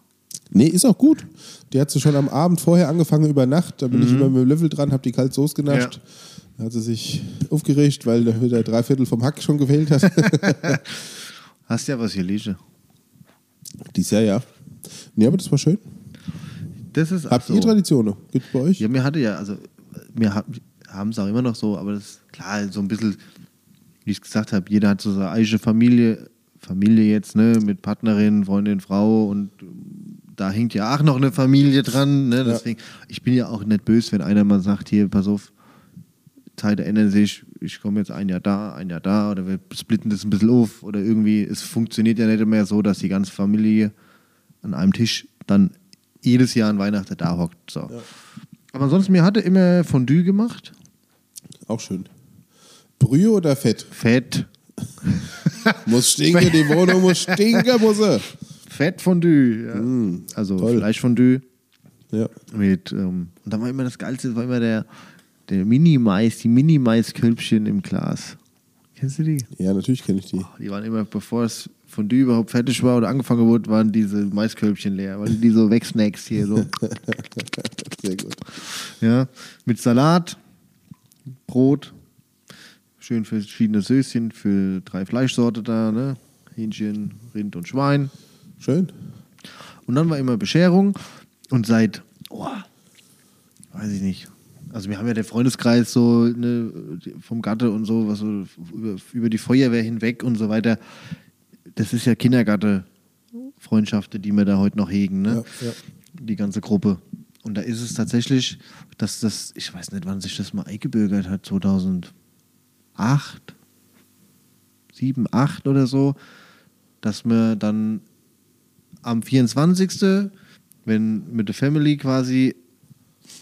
Speaker 1: Nee, ist auch gut. Die hat sie schon am Abend vorher angefangen über Nacht. Da bin ich immer mit dem Löffel dran, habe die kalt Soße genascht.
Speaker 2: Ja.
Speaker 1: Da hat sie sich aufgeregt, weil da wieder drei Viertel vom Hack schon gefehlt hat.
Speaker 2: Hast ja was hier liegen.
Speaker 1: Dies Jahr, ja. Nee, aber das war schön.
Speaker 2: Das ist
Speaker 1: Habt
Speaker 2: so.
Speaker 1: ihr Traditionen? Gibt's bei euch?
Speaker 2: Ja, mir hatte ja, also wir ha- haben es auch immer noch so, aber das klar, so ein bisschen, wie ich es gesagt habe, jeder hat so seine eigene Familie, Familie jetzt, ne, mit Partnerin, Freundin, Frau und ähm, da hängt ja auch noch eine Familie dran, ne, deswegen, ich bin ja auch nicht böse, wenn einer mal sagt, hier, pass auf, Zeiten ändern sich, ich komme jetzt ein Jahr da, ein Jahr da oder wir splitten das ein bisschen auf oder irgendwie, es funktioniert ja nicht mehr so, dass die ganze Familie an einem Tisch dann jedes Jahr an Weihnachten da hockt. So. Aber ansonsten, mir hatte immer Fondue gemacht.
Speaker 1: Auch schön. Brühe oder Fett?
Speaker 2: Fett.
Speaker 1: Muss stinken, die Wohnung muss stinken, muss sie.
Speaker 2: Fettfondue. Ja. also
Speaker 1: toll.
Speaker 2: Fleischfondue.
Speaker 1: Ja.
Speaker 2: Mit, ähm, und dann war immer das Geilste, war immer der, der Mini-Mais, die Mini-Mais-Kölbchen im Glas. Kennst du die?
Speaker 1: ja, natürlich kenne ich die.
Speaker 2: Die waren immer, bevor das Fondue überhaupt fertig war oder angefangen wurde, waren diese Maiskölbchen leer, weil die so wegsnacks hier so.
Speaker 1: Sehr gut.
Speaker 2: ja, mit Salat, Brot, schön verschiedene Sößchen für drei Fleischsorte da, ne? Hähnchen, Rind und Schwein.
Speaker 1: Schön.
Speaker 2: Und dann war immer Bescherung und seit, oh, weiß ich nicht. Also wir haben ja der Freundeskreis so ne, vom Gatte und so, was so über, über die Feuerwehr hinweg und so weiter. Das ist ja Kindergatte Freundschaften, die wir da heute noch hegen, ne?
Speaker 1: Ja, ja.
Speaker 2: Die ganze Gruppe. Und da ist es tatsächlich, dass das, ich weiß nicht, wann sich das mal eingebürgert hat, 2008, 7, 8 oder so, dass wir dann am 24. wenn mit der Family quasi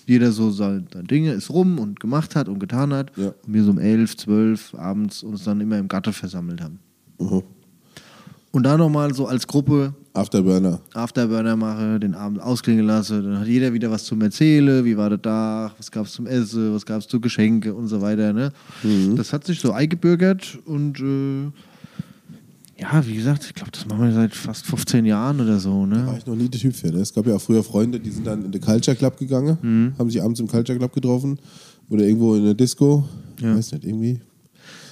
Speaker 2: jeder so sein, sein Dinge ist rum und gemacht hat und getan hat
Speaker 1: Ja.
Speaker 2: und wir so um 11, 12 abends uns dann immer im Gatte versammelt haben.
Speaker 1: Mhm.
Speaker 2: Und da nochmal so als Gruppe
Speaker 1: Afterburner.
Speaker 2: Afterburner mache, den Abend ausklingen lasse, dann hat jeder wieder was zum Erzählen, wie war der Tag, was gab's zum Essen, was gab's zu Geschenke und so weiter. Ne?
Speaker 1: Mhm.
Speaker 2: Das hat sich so eingebürgert und äh, ja, wie gesagt, ich glaube, das machen wir seit fast 15 Jahren oder so. Ne?
Speaker 1: War ich noch nie der Typ für. Ne? Es gab ja auch früher Freunde, die sind dann in den Culture Club gegangen,
Speaker 2: Mhm.
Speaker 1: haben sich abends im Culture Club getroffen oder irgendwo in der Disco.
Speaker 2: Ja.
Speaker 1: Weiß nicht, irgendwie.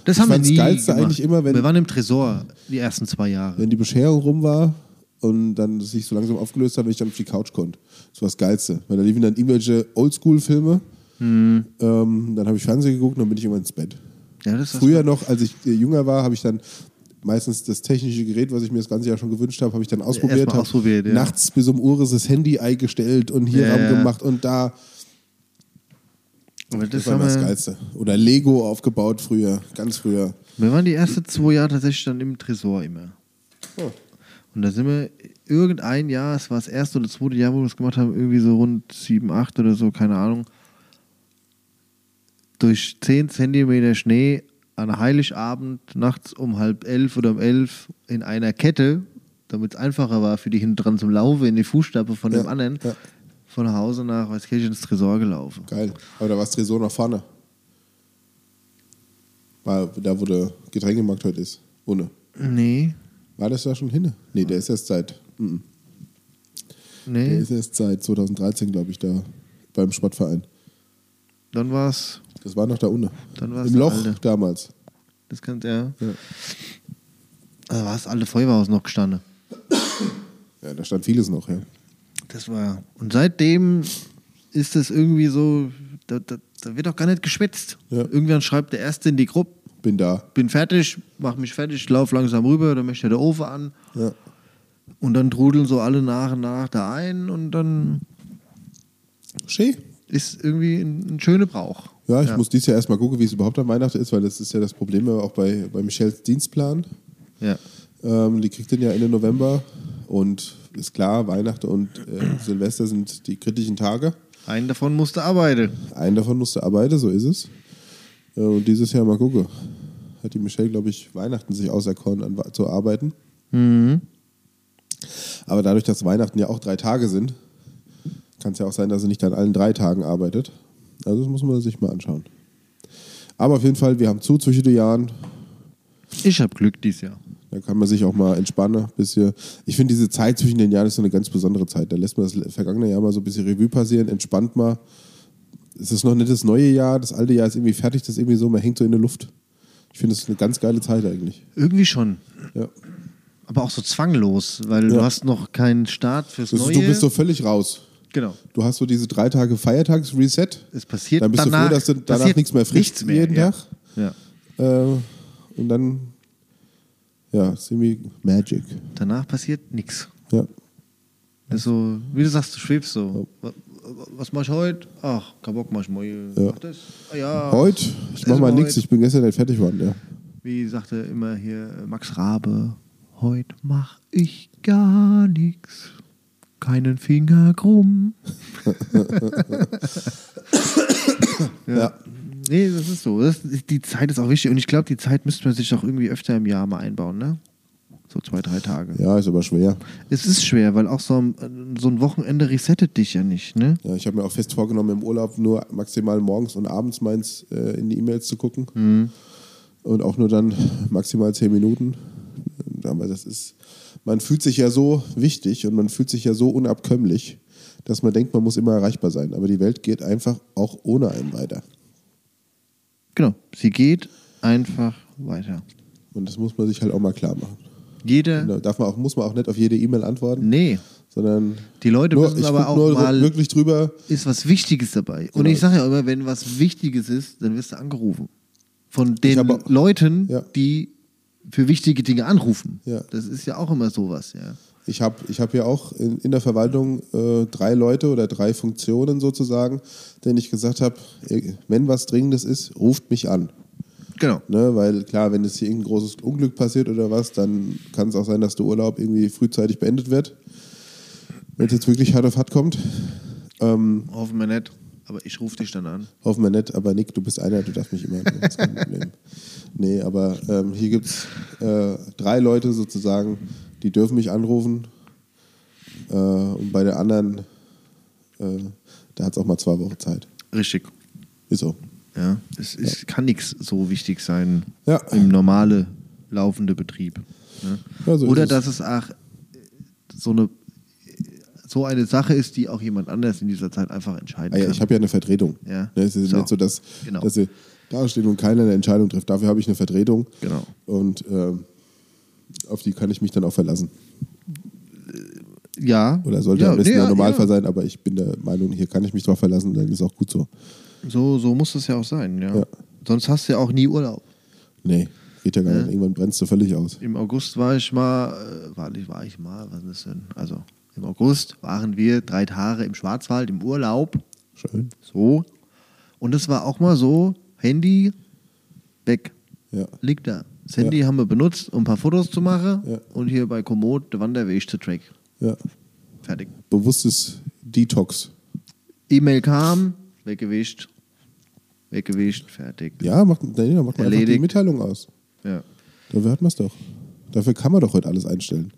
Speaker 2: Das
Speaker 1: Ich
Speaker 2: haben wir
Speaker 1: fand's
Speaker 2: nie
Speaker 1: Geilste
Speaker 2: gemacht.
Speaker 1: eigentlich immer, wenn-
Speaker 2: wir waren im Tresor die ersten zwei Jahre.
Speaker 1: Wenn die Bescherung rum war und dann sich so langsam aufgelöst hat, wenn ich dann auf die Couch konnte. Das war das Geilste. Weil da liefen dann irgendwelche Oldschool-Filme. Ähm, dann habe ich Fernsehen geguckt und dann bin ich immer ins Bett.
Speaker 2: Ja, das ist
Speaker 1: Früher noch, als ich äh, jünger war, habe ich dann meistens das technische Gerät, was ich mir das ganze Jahr schon gewünscht habe, habe ich dann ausprobiert.
Speaker 2: Erstmal
Speaker 1: hab
Speaker 2: ausprobiert, ja.
Speaker 1: Nachts bis um Uhr ist das Handy eingestellt und hier
Speaker 2: Ja, ja.
Speaker 1: gemacht und da.
Speaker 2: Aber das
Speaker 1: Das war
Speaker 2: haben
Speaker 1: immer das
Speaker 2: wir,
Speaker 1: Geilste. Oder Lego aufgebaut früher, ganz früher.
Speaker 2: wir waren die ersten zwei Jahre tatsächlich dann im Tresor immer.
Speaker 1: Oh.
Speaker 2: Und da sind wir irgendein Jahr, es war das erste oder zweite Jahr, wo wir es gemacht haben, irgendwie so rund 7, 8 oder so, keine Ahnung, durch 10 Zentimeter Schnee an Heiligabend nachts um halb elf oder um elf in einer Kette, damit es einfacher war für die hinten dran zum Laufen, in die Fußstapfen von dem
Speaker 1: Ja,
Speaker 2: anderen,
Speaker 1: ja.
Speaker 2: von Hause nach Weißkirchen ins Tresor gelaufen.
Speaker 1: Geil. Aber da war das Tresor nach vorne. War da, wo der Getränkemarkt heute ist. Ohne.
Speaker 2: Nee,
Speaker 1: War das da schon hin? Nee, der ist erst seit. mhm. Der
Speaker 2: nee,
Speaker 1: ist erst seit 2013, glaube ich, da beim Sportverein.
Speaker 2: dann war es,
Speaker 1: Das war noch da ohne.
Speaker 2: Dann war's
Speaker 1: Im
Speaker 2: der
Speaker 1: Loch
Speaker 2: alte.
Speaker 1: damals.
Speaker 2: das kann ja. Also
Speaker 1: Ja.
Speaker 2: Da war das alte Feuerhaus noch gestanden.
Speaker 1: Ja, da stand vieles noch, ja.
Speaker 2: Das war. Und seitdem ist es irgendwie so, da, da, da wird auch gar nicht geschwitzt.
Speaker 1: Ja.
Speaker 2: Irgendwann schreibt der Erste in die Gruppe,
Speaker 1: Bin da.
Speaker 2: bin fertig, mach mich fertig, lauf langsam rüber, dann möchte der Ofen an.
Speaker 1: Ja.
Speaker 2: Und dann trudeln so alle nach und nach da ein und dann
Speaker 1: Schön.
Speaker 2: ist irgendwie ein, ein schöner Brauch.
Speaker 1: Ja, ich muss dieses Jahr erstmal gucken, wie es überhaupt an Weihnachten ist, weil das ist ja das Problem auch bei, bei Michelles Dienstplan.
Speaker 2: Ja.
Speaker 1: Ähm, die kriegt den ja Ende November und ist klar, Weihnachten und äh, Silvester sind die kritischen Tage.
Speaker 2: Einen davon musste arbeiten.
Speaker 1: Einen davon musste arbeiten, so ist es. Äh, und dieses Jahr mal gucke. Hat die Michelle, glaube ich, Weihnachten sich auserkoren, an, Wa- zu arbeiten. Aber dadurch, dass Weihnachten ja auch drei Tage sind, kann es ja auch sein, dass sie nicht an allen drei Tagen arbeitet. Also das muss man sich mal anschauen. Aber auf jeden Fall, wir haben zu zwischen den Jahren.
Speaker 2: Ich habe Glück dieses Jahr.
Speaker 1: Da kann man sich auch mal entspannen. Bisschen. Ich finde, diese Zeit zwischen den Jahren ist so eine ganz besondere Zeit. Da lässt man das vergangene Jahr mal so ein bisschen Revue passieren, entspannt mal. Es ist noch nicht das neue Jahr, das alte Jahr ist irgendwie fertig, das ist irgendwie so, man hängt so in der Luft. Ich finde, das ist eine ganz geile Zeit eigentlich.
Speaker 2: Irgendwie schon.
Speaker 1: Ja.
Speaker 2: Aber auch so zwanglos, weil du
Speaker 1: Ja.
Speaker 2: hast noch keinen Start fürs
Speaker 1: Das ist,
Speaker 2: Neue.
Speaker 1: du bist so völlig raus.
Speaker 2: genau.
Speaker 1: Du hast so diese drei Tage Feiertags-Reset.
Speaker 2: Es passiert
Speaker 1: Dann bist
Speaker 2: danach,
Speaker 1: du froh, dass du danach
Speaker 2: passiert
Speaker 1: nichts mehr
Speaker 2: nichts
Speaker 1: frisst
Speaker 2: mehr,
Speaker 1: jeden
Speaker 2: ja.
Speaker 1: Tag.
Speaker 2: Ja.
Speaker 1: Äh, und dann, ja, ist irgendwie Magic.
Speaker 2: Danach passiert nichts.
Speaker 1: Ja.
Speaker 2: Das ist so, wie du sagst, du schwebst so. Wa- wa- Was mach ich heute? Ach, kein Bock, mach ich morgen.
Speaker 1: Ja.
Speaker 2: Mach das. Ah, ja.
Speaker 1: Heute, ich mach
Speaker 2: essen
Speaker 1: mal
Speaker 2: wir
Speaker 1: nichts,
Speaker 2: also heute?
Speaker 1: ich bin gestern nicht fertig geworden. Ja.
Speaker 2: Wie sagte immer hier äh, Max Rabe, heute mach ich gar nichts. Keinen Finger krumm. ja.
Speaker 1: Ja.
Speaker 2: Nee, das ist so. Das ist, die Zeit ist auch wichtig. Und ich glaube, die Zeit müsste man sich auch irgendwie öfter im Jahr mal einbauen, ne? So zwei, drei Tage.
Speaker 1: ja, ist aber schwer.
Speaker 2: Es ist schwer, weil auch so ein, so ein Wochenende resettet dich ja nicht, ne?
Speaker 1: Ja, ich habe mir auch fest vorgenommen, im Urlaub nur maximal morgens und abends meins äh, in die E-Mails zu gucken.
Speaker 2: Mhm.
Speaker 1: Und auch nur dann maximal zehn Minuten. Aber das ist, man fühlt sich ja so wichtig und man fühlt sich ja so unabkömmlich, dass man denkt, man muss immer erreichbar sein. Aber die Welt geht einfach auch ohne einen weiter.
Speaker 2: Genau. Sie geht einfach weiter.
Speaker 1: Und das muss man sich halt auch mal klar machen.
Speaker 2: Jeder.
Speaker 1: Da darf man auch, muss man auch nicht auf jede E-Mail antworten,
Speaker 2: Nee.
Speaker 1: sondern
Speaker 2: Mhm. Die Leute
Speaker 1: nur,
Speaker 2: müssen
Speaker 1: ich
Speaker 2: aber
Speaker 1: guck
Speaker 2: auch
Speaker 1: nur
Speaker 2: mal-
Speaker 1: wirklich drüber.
Speaker 2: Ist was Wichtiges dabei. Und
Speaker 1: Genau.
Speaker 2: ich sage ja immer, wenn was Wichtiges ist, dann wirst du angerufen. Von den
Speaker 1: hab auch-
Speaker 2: Leuten,
Speaker 1: Ja.
Speaker 2: die für wichtige Dinge anrufen.
Speaker 1: Ja.
Speaker 2: Das ist ja auch immer sowas, ja.
Speaker 1: Ich habe ich hab ja auch in, in der Verwaltung äh, drei Leute oder drei Funktionen sozusagen, denen ich gesagt habe, wenn was Dringendes ist, ruft mich an.
Speaker 2: Genau.
Speaker 1: Ne? Weil klar, wenn jetzt hier irgendein großes Unglück passiert oder was, dann kann es auch sein, dass der Urlaub irgendwie frühzeitig beendet wird. Wenn es jetzt wirklich hart auf hart kommt, ähm,
Speaker 2: Hoffen wir nicht. Aber ich rufe dich dann an.
Speaker 1: hoffen wir nicht. Aber Nick, du bist einer, du darfst mich immer anrufen, das ist kein Problem. Nee, aber ähm, hier gibt es äh, drei Leute sozusagen, die dürfen mich anrufen. Äh, und bei der anderen, äh, da hat es auch mal zwei Wochen Zeit.
Speaker 2: Richtig.
Speaker 1: Ist so.
Speaker 2: Ja. Es ist, kann nichts so wichtig sein
Speaker 1: Ja.
Speaker 2: im normale laufende Betrieb. Ne?
Speaker 1: Ja, so ist
Speaker 2: Oder
Speaker 1: es.
Speaker 2: dass es auch so eine so eine Sache ist, die auch jemand anders in dieser Zeit einfach entscheiden
Speaker 1: Ah, ja,
Speaker 2: kann.
Speaker 1: ich habe ja eine Vertretung.
Speaker 2: Ja.
Speaker 1: Ne, es ist
Speaker 2: So.
Speaker 1: nicht so, dass,
Speaker 2: Genau.
Speaker 1: dass sie da stehen und keiner eine Entscheidung trifft. Dafür habe ich eine Vertretung.
Speaker 2: Genau.
Speaker 1: Und ähm, auf die kann ich mich dann auch verlassen.
Speaker 2: Ja.
Speaker 1: Oder sollte
Speaker 2: ja,
Speaker 1: am besten
Speaker 2: nee,
Speaker 1: der
Speaker 2: ja,
Speaker 1: Normalfall sein, aber ich bin der Meinung, hier kann ich mich drauf verlassen und dann ist auch gut so.
Speaker 2: Ja. So, so muss es ja auch sein, ja.
Speaker 1: Ja.
Speaker 2: Sonst hast du ja auch nie Urlaub.
Speaker 1: Nee, geht ja gar nicht. Irgendwann brennst du völlig aus.
Speaker 2: Im August war ich mal, äh, war, ich- war ich mal, was ist denn? Also im August waren wir drei Tage im Schwarzwald im Urlaub.
Speaker 1: Schön.
Speaker 2: So. Und es war auch mal so, Handy weg,
Speaker 1: Ja.
Speaker 2: liegt da. Das Handy haben wir benutzt, um ein paar Fotos zu machen
Speaker 1: Ja.
Speaker 2: und hier bei Komoot der Wanderweg zu track.
Speaker 1: ja.
Speaker 2: Fertig.
Speaker 1: Bewusstes Detox.
Speaker 2: E-Mail kam, weggewischt, weggewischt, fertig.
Speaker 1: Ja, macht, Daniela, macht mal einfach die
Speaker 2: Erledigt.
Speaker 1: Mitteilung aus.
Speaker 2: Ja.
Speaker 1: Dafür hat man es doch. Dafür kann man doch heute alles einstellen.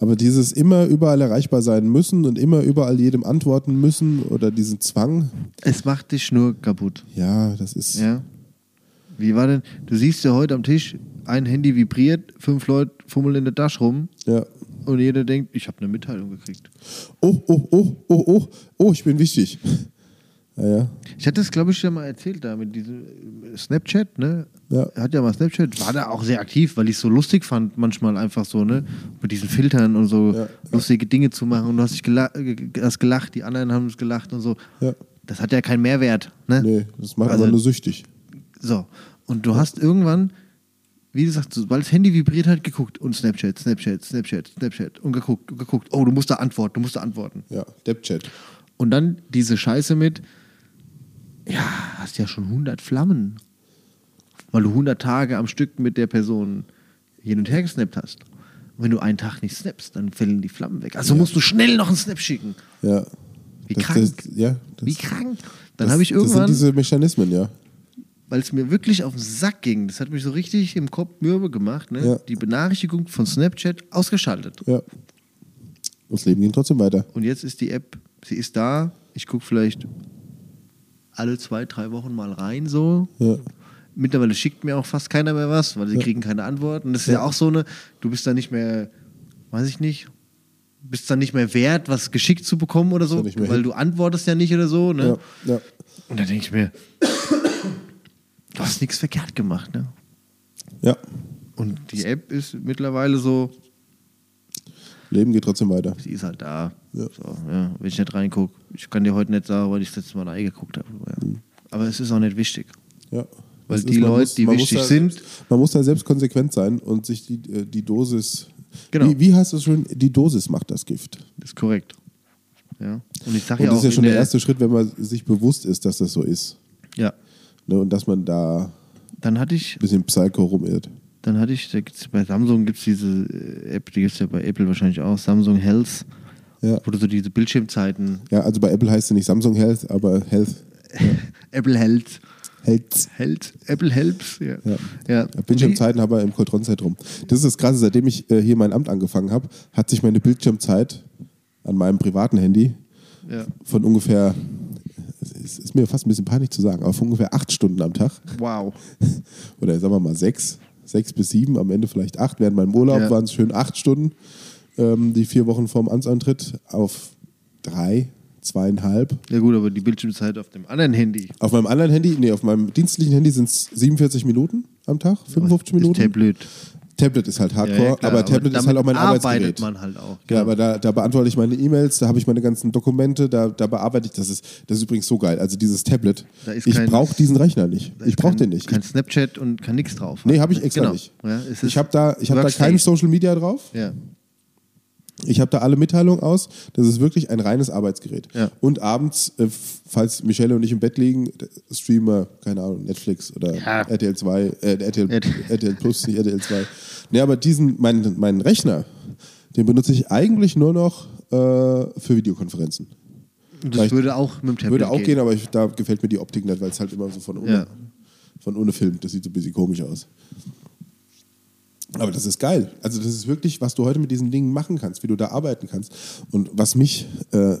Speaker 1: Aber dieses immer überall erreichbar sein müssen und immer überall jedem antworten müssen oder diesen Zwang,
Speaker 2: Es macht dich nur kaputt.
Speaker 1: ja, das ist.
Speaker 2: Ja. Wie war denn? Du siehst ja heute am Tisch, ein Handy vibriert, fünf Leute fummeln in der Tasche rum
Speaker 1: ja.
Speaker 2: und jeder denkt, ich habe eine Mitteilung gekriegt.
Speaker 1: Oh, oh, oh, oh, oh, oh, ich bin wichtig. Ja, ja.
Speaker 2: Ich hatte es, glaube ich, schon mal erzählt da mit diesem äh, Snapchat, ne?
Speaker 1: Ja.
Speaker 2: Er Hat ja mal Snapchat, war da auch sehr aktiv, weil ich es so lustig fand, manchmal einfach so, ne? Mit diesen Filtern und so
Speaker 1: Ja, ja.
Speaker 2: lustige Dinge zu machen und du hast, dich gela äh, ge- hast gelacht, die anderen haben es gelacht und so.
Speaker 1: Ja.
Speaker 2: Das hat ja keinen Mehrwert, ne?
Speaker 1: Nee, das macht
Speaker 2: Also-
Speaker 1: aber nur süchtig.
Speaker 2: So. Und du hast irgendwann, wie gesagt, sobald das Handy vibriert hat, geguckt und Snapchat, Snapchat, Snapchat, Snapchat und geguckt und geguckt. Oh, du musst da antworten, du musst da antworten.
Speaker 1: Ja, Depp-Chat.
Speaker 2: Und dann diese Scheiße mit, ja, hast ja schon 100 Flammen, weil du 100 Tage am Stück mit der Person hin und her gesnappt hast. Und wenn du einen Tag nicht snappst, dann fällen die Flammen weg. Also musst du schnell noch einen Snap schicken.
Speaker 1: Ja.
Speaker 2: Wie
Speaker 1: das,
Speaker 2: krank.
Speaker 1: Das, ja, das,
Speaker 2: Wie krank. Dann
Speaker 1: das-
Speaker 2: habe ich irgendwann
Speaker 1: Das sind diese Mechanismen, ja.
Speaker 2: weil es mir wirklich auf den Sack ging. Das hat mich so richtig im Kopf mürbe gemacht. Ne?
Speaker 1: Ja.
Speaker 2: Die Benachrichtigung von Snapchat ausgeschaltet.
Speaker 1: ja. Und Das Leben ging trotzdem weiter.
Speaker 2: Und jetzt ist die App, sie ist da. Ich gucke vielleicht alle zwei, drei Wochen mal rein so.
Speaker 1: Ja.
Speaker 2: Mittlerweile schickt mir auch fast keiner mehr was, weil sie
Speaker 1: Ja.
Speaker 2: kriegen keine Antworten. Und das ist ja.
Speaker 1: Ja.
Speaker 2: auch so eine, du bist da nicht mehr, weiß ich nicht, bist dann nicht mehr wert, was geschickt zu bekommen oder so,
Speaker 1: ja nicht mehr
Speaker 2: weil
Speaker 1: hin.
Speaker 2: du antwortest ja nicht oder so. Ne?
Speaker 1: Ja, ja.
Speaker 2: Und da denke ich mir, du hast nichts verkehrt gemacht. Ne?
Speaker 1: ja.
Speaker 2: Und die App ist mittlerweile so,
Speaker 1: Leben geht trotzdem weiter.
Speaker 2: sie ist halt da.
Speaker 1: Ja.
Speaker 2: So, ja, wenn ich nicht reingucke, ich kann dir heute nicht sagen, weil ich das letzte Mal reingeguckt habe. Aber, ja.
Speaker 1: Mhm.
Speaker 2: aber es ist auch nicht wichtig.
Speaker 1: Ja.
Speaker 2: Weil
Speaker 1: Das
Speaker 2: die
Speaker 1: man
Speaker 2: Leute, die
Speaker 1: man
Speaker 2: wichtig
Speaker 1: da,
Speaker 2: sind-
Speaker 1: Man muss da selbst konsequent sein und sich die, äh, die Dosis.
Speaker 2: Genau.
Speaker 1: Wie, wie heißt das schon? Die Dosis macht das Gift.
Speaker 2: Das ist korrekt. Ja. Und ich sage
Speaker 1: Und
Speaker 2: ja
Speaker 1: das ist
Speaker 2: auch,
Speaker 1: ja schon
Speaker 2: in
Speaker 1: der erste Schritt, wenn man sich bewusst ist, dass das so ist.
Speaker 2: Ja.
Speaker 1: Ne? Und dass man da
Speaker 2: Dann hatte ich,
Speaker 1: ein bisschen Psycho rumirrt.
Speaker 2: dann hatte ich, da gibt's, bei Samsung gibt es diese äh, App, die gibt es ja bei Apple wahrscheinlich auch, Samsung Health,
Speaker 1: Ja.
Speaker 2: wo du so diese Bildschirmzeiten,
Speaker 1: Ja, also bei Apple heißt sie nicht Samsung Health, aber Health.
Speaker 2: Apple Health,
Speaker 1: Health.
Speaker 2: Health, Apple Helps, ja. ja. Und die-
Speaker 1: Bildschirmzeiten habe ich im Kontrollzentrum. Das ist das Krasse, seitdem ich äh, hier mein Amt angefangen habe, hat sich meine Bildschirmzeit an meinem privaten Handy
Speaker 2: Ja.
Speaker 1: von ungefähr, es ist mir fast ein bisschen peinlich zu sagen, aber von ungefähr acht Stunden am Tag
Speaker 2: Wow.
Speaker 1: oder sagen wir mal sechs, sechs bis sieben, am Ende vielleicht acht. Während meinem Urlaub
Speaker 2: Ja.
Speaker 1: waren es schön acht Stunden, ähm, die vier Wochen vorm Amtsantritt auf drei, zweieinhalb.
Speaker 2: Ja gut, aber die Bildschirmzeit auf dem anderen Handy.
Speaker 1: Auf meinem anderen Handy, nee, auf meinem dienstlichen Handy sind es 47 Minuten am Tag, 55 Minuten.
Speaker 2: Ist Tablet.
Speaker 1: Tablet ist halt
Speaker 2: Ja,
Speaker 1: Hardcore,
Speaker 2: ja, klar,
Speaker 1: aber Tablet ist
Speaker 2: damit
Speaker 1: halt auch mein
Speaker 2: arbeitet
Speaker 1: Arbeitsgerät.
Speaker 2: man halt auch.
Speaker 1: Ja, aber da, da beantworte ich meine E-Mails, da habe ich meine ganzen Dokumente, da, da bearbeite ich. Das ist, das ist übrigens so geil. Also dieses Tablet.
Speaker 2: Da ist
Speaker 1: Ich
Speaker 2: kein-
Speaker 1: brauche diesen Rechner nicht.
Speaker 2: Da
Speaker 1: Ich
Speaker 2: ist
Speaker 1: brauche
Speaker 2: kein-
Speaker 1: den nicht.
Speaker 2: Kein Snapchat und kein nix drauf.
Speaker 1: Nee, habe ich extra
Speaker 2: Genau.
Speaker 1: nicht.
Speaker 2: Ja, es ist
Speaker 1: ich habe da, ich hab da
Speaker 2: Workstation.
Speaker 1: kein Social Media drauf.
Speaker 2: Ja.
Speaker 1: Ich habe da alle Mitteilungen aus. Das ist wirklich ein reines Arbeitsgerät.
Speaker 2: Ja.
Speaker 1: Und abends, äh, falls Michelle und ich im Bett liegen, d- streamer, keine Ahnung, Netflix oder
Speaker 2: Ja.
Speaker 1: RTL 2, äh, RTL,
Speaker 2: Ed-
Speaker 1: RTL Plus, nicht RTL 2. Nee, aber diesen, meinen, meinen Rechner, den benutze ich eigentlich nur noch äh, für Videokonferenzen.
Speaker 2: Und das
Speaker 1: Vielleicht-
Speaker 2: würde auch mit dem Tablet
Speaker 1: Würde auch gehen,
Speaker 2: gehen.
Speaker 1: aber ich, da gefällt mir die Optik nicht, weil es halt immer so von ohne,
Speaker 2: Ja.
Speaker 1: von ohne filmt. Das sieht so ein bisschen komisch aus. Aber das ist geil. Also das ist wirklich, was du heute mit diesen Dingen machen kannst, wie du da arbeiten kannst. Und was mich, äh,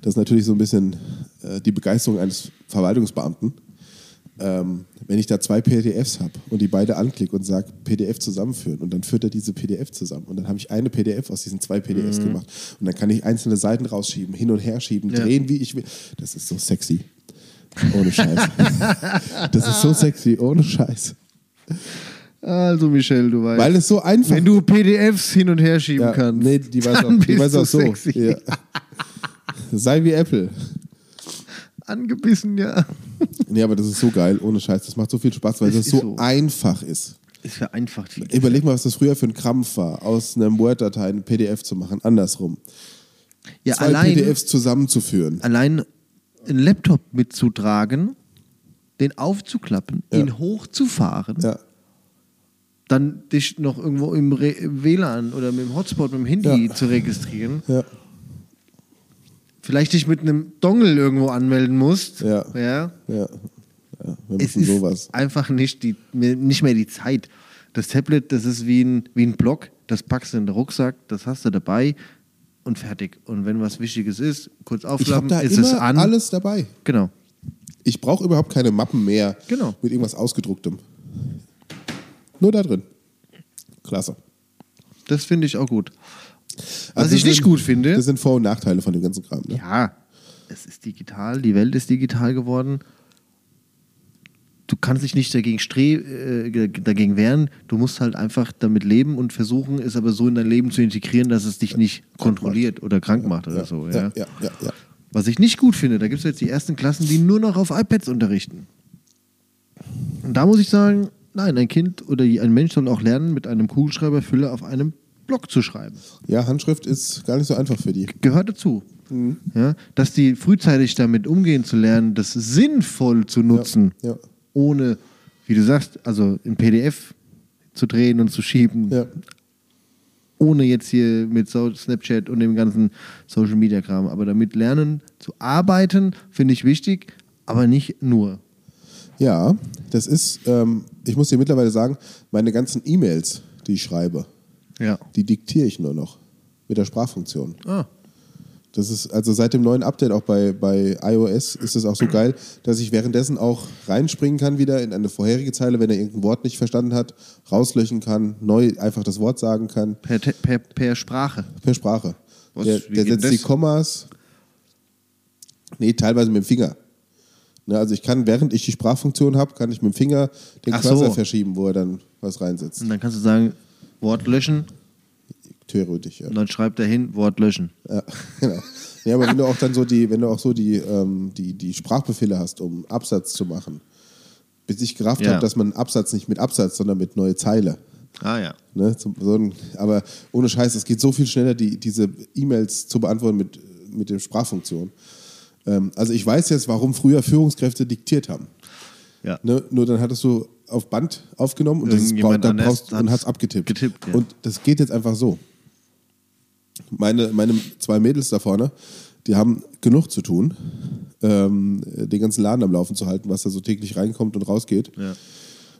Speaker 1: das ist natürlich so ein bisschen äh, die Begeisterung eines Verwaltungsbeamten, ähm, wenn ich da zwei PDFs habe und die beide anklicke und sage, PDF zusammenführen und dann führt er diese PDF zusammen und dann habe ich eine PDF aus diesen zwei PDFs gemacht und dann kann ich einzelne Seiten rausschieben, hin und her schieben,
Speaker 2: Mhm. Ja.
Speaker 1: drehen, wie ich will. Das ist so sexy. Ohne Scheiß. das ist so sexy, ohne Scheiß.
Speaker 2: Also, Michelle, du weißt.
Speaker 1: Weil es so einfach
Speaker 2: wenn du PDFs hin und her schieben
Speaker 1: Ja,
Speaker 2: kannst.
Speaker 1: Nee, die weiß
Speaker 2: dann
Speaker 1: auch, die
Speaker 2: bist
Speaker 1: weiß
Speaker 2: du
Speaker 1: auch so.
Speaker 2: sexy.
Speaker 1: Ja. Sei wie Apple.
Speaker 2: Angebissen, ja.
Speaker 1: Nee, aber das ist so geil, ohne Scheiß. Das macht so viel Spaß, weil
Speaker 2: Es
Speaker 1: das
Speaker 2: ist
Speaker 1: so,
Speaker 2: so.
Speaker 1: einfach ist.
Speaker 2: Ist vereinfacht viel.
Speaker 1: Überleg mal, was das früher für ein Krampf war, aus einem Word-Datei ein PDF zu machen, andersrum.
Speaker 2: Ja,
Speaker 1: Zwei
Speaker 2: allein,
Speaker 1: PDFs zusammenzuführen.
Speaker 2: allein einen Laptop mitzutragen, den aufzuklappen, ihn hochzufahren,
Speaker 1: Ja.
Speaker 2: dann dich noch irgendwo im, Re im WLAN oder mit dem Hotspot, mit dem Handy
Speaker 1: Ja.
Speaker 2: zu registrieren,
Speaker 1: Ja.
Speaker 2: vielleicht dich mit einem Dongle irgendwo anmelden musst.
Speaker 1: Ja.
Speaker 2: ja.
Speaker 1: Ja. ja. Wir
Speaker 2: Es
Speaker 1: müssen
Speaker 2: ist
Speaker 1: sowas.
Speaker 2: einfach nicht, die, nicht mehr die Zeit. Das Tablet, das ist wie ein, wie ein Block, das packst du in den Rucksack, das hast du dabei und fertig. Und wenn was Wichtiges ist, kurz
Speaker 1: Ich habe
Speaker 2: aufklappen,
Speaker 1: da
Speaker 2: ist
Speaker 1: immer
Speaker 2: es an.
Speaker 1: alles dabei.
Speaker 2: Genau.
Speaker 1: Ich brauche überhaupt keine Mappen mehr
Speaker 2: Genau.
Speaker 1: mit irgendwas ausgedrucktem. Nur da drin. Klasse.
Speaker 2: Das finde ich auch gut. Was
Speaker 1: Also
Speaker 2: ich
Speaker 1: das
Speaker 2: nicht
Speaker 1: sind-
Speaker 2: gut finde,
Speaker 1: Das sind Vor- und Nachteile von dem ganzen Kram. Ne?
Speaker 2: ja, es ist digital, die Welt ist digital geworden. Du kannst dich nicht dagegen, stre äh, ge- dagegen wehren, du musst halt einfach damit leben und versuchen, es aber so in dein Leben zu integrieren, dass es dich nicht kontrolliert oder krank macht oder so.
Speaker 1: ja, ja, ja, ja.
Speaker 2: Was ich nicht gut finde, da gibt es jetzt die ersten Klassen, die nur noch auf iPads unterrichten. Und da muss ich sagen, nein, ein Kind oder ein Mensch soll auch lernen, mit einem Kugelschreiber Fülle auf einem Block zu schreiben.
Speaker 1: Ja, Handschrift ist gar nicht so einfach für die.
Speaker 2: Gehört dazu.
Speaker 1: Mhm.
Speaker 2: Ja, dass die frühzeitig damit umgehen zu lernen, das sinnvoll zu nutzen,
Speaker 1: ja.
Speaker 2: ohne, wie du sagst, also im PDF zu drehen und zu schieben,
Speaker 1: Ja.
Speaker 2: ohne jetzt hier mit so Snapchat und dem ganzen Social Media Kram, aber damit lernen zu arbeiten, finde ich wichtig, aber nicht nur.
Speaker 1: Ja, das ist, ähm, ich muss dir mittlerweile sagen, meine ganzen E-Mails, die ich schreibe,
Speaker 2: Ja.
Speaker 1: die diktiere ich nur noch mit der Sprachfunktion.
Speaker 2: Ah,
Speaker 1: Das ist, also seit dem neuen Update auch bei, bei iOS ist es auch so geil, dass ich währenddessen auch reinspringen kann wieder in eine vorherige Zeile, wenn er irgendein Wort nicht verstanden hat, rauslöschen kann, neu einfach das Wort sagen kann,
Speaker 2: per, Te- per, per Sprache.
Speaker 1: per Sprache.
Speaker 2: Was?
Speaker 1: Der,
Speaker 2: Wie
Speaker 1: der
Speaker 2: geht
Speaker 1: setzt
Speaker 2: das?
Speaker 1: die Kommas. Nee, teilweise mit dem Finger. Ne, also ich kann, während ich die Sprachfunktion habe, kann ich mit dem Finger den
Speaker 2: Ach
Speaker 1: Cursor
Speaker 2: so. Hm.
Speaker 1: verschieben, wo er dann was reinsetzt.
Speaker 2: Und dann kannst du sagen, Wort löschen
Speaker 1: Theoretisch, ja.
Speaker 2: und dann schreibt er hin, Wort löschen.
Speaker 1: ja genau. Ja, aber wenn du auch dann so die, wenn du auch so die, ähm, die, die Sprachbefehle hast, um Absatz zu machen, bis ich gerafft
Speaker 2: Ja.
Speaker 1: habe, dass man einen Absatz nicht mit Absatz, sondern mit neue Zeile.
Speaker 2: Ah ja.
Speaker 1: Ne, zum, so ein, aber ohne Scheiß, es geht so viel schneller, die, diese E-Mails zu beantworten mit, mit der Sprachfunktion. Ähm, also ich weiß jetzt, warum früher Führungskräfte diktiert haben.
Speaker 2: Ja.
Speaker 1: Ne? Nur dann hattest du auf Band aufgenommen und, das ist, brau-
Speaker 2: Irgendjemand
Speaker 1: dann
Speaker 2: anders
Speaker 1: brauchst, und
Speaker 2: hat's
Speaker 1: hast abgetippt.
Speaker 2: getippt, ja.
Speaker 1: Und das geht jetzt einfach so. Meine, meine zwei Mädels da vorne, die haben genug zu tun, ähm, den ganzen Laden am Laufen zu halten, was da so täglich reinkommt und rausgeht
Speaker 2: ja.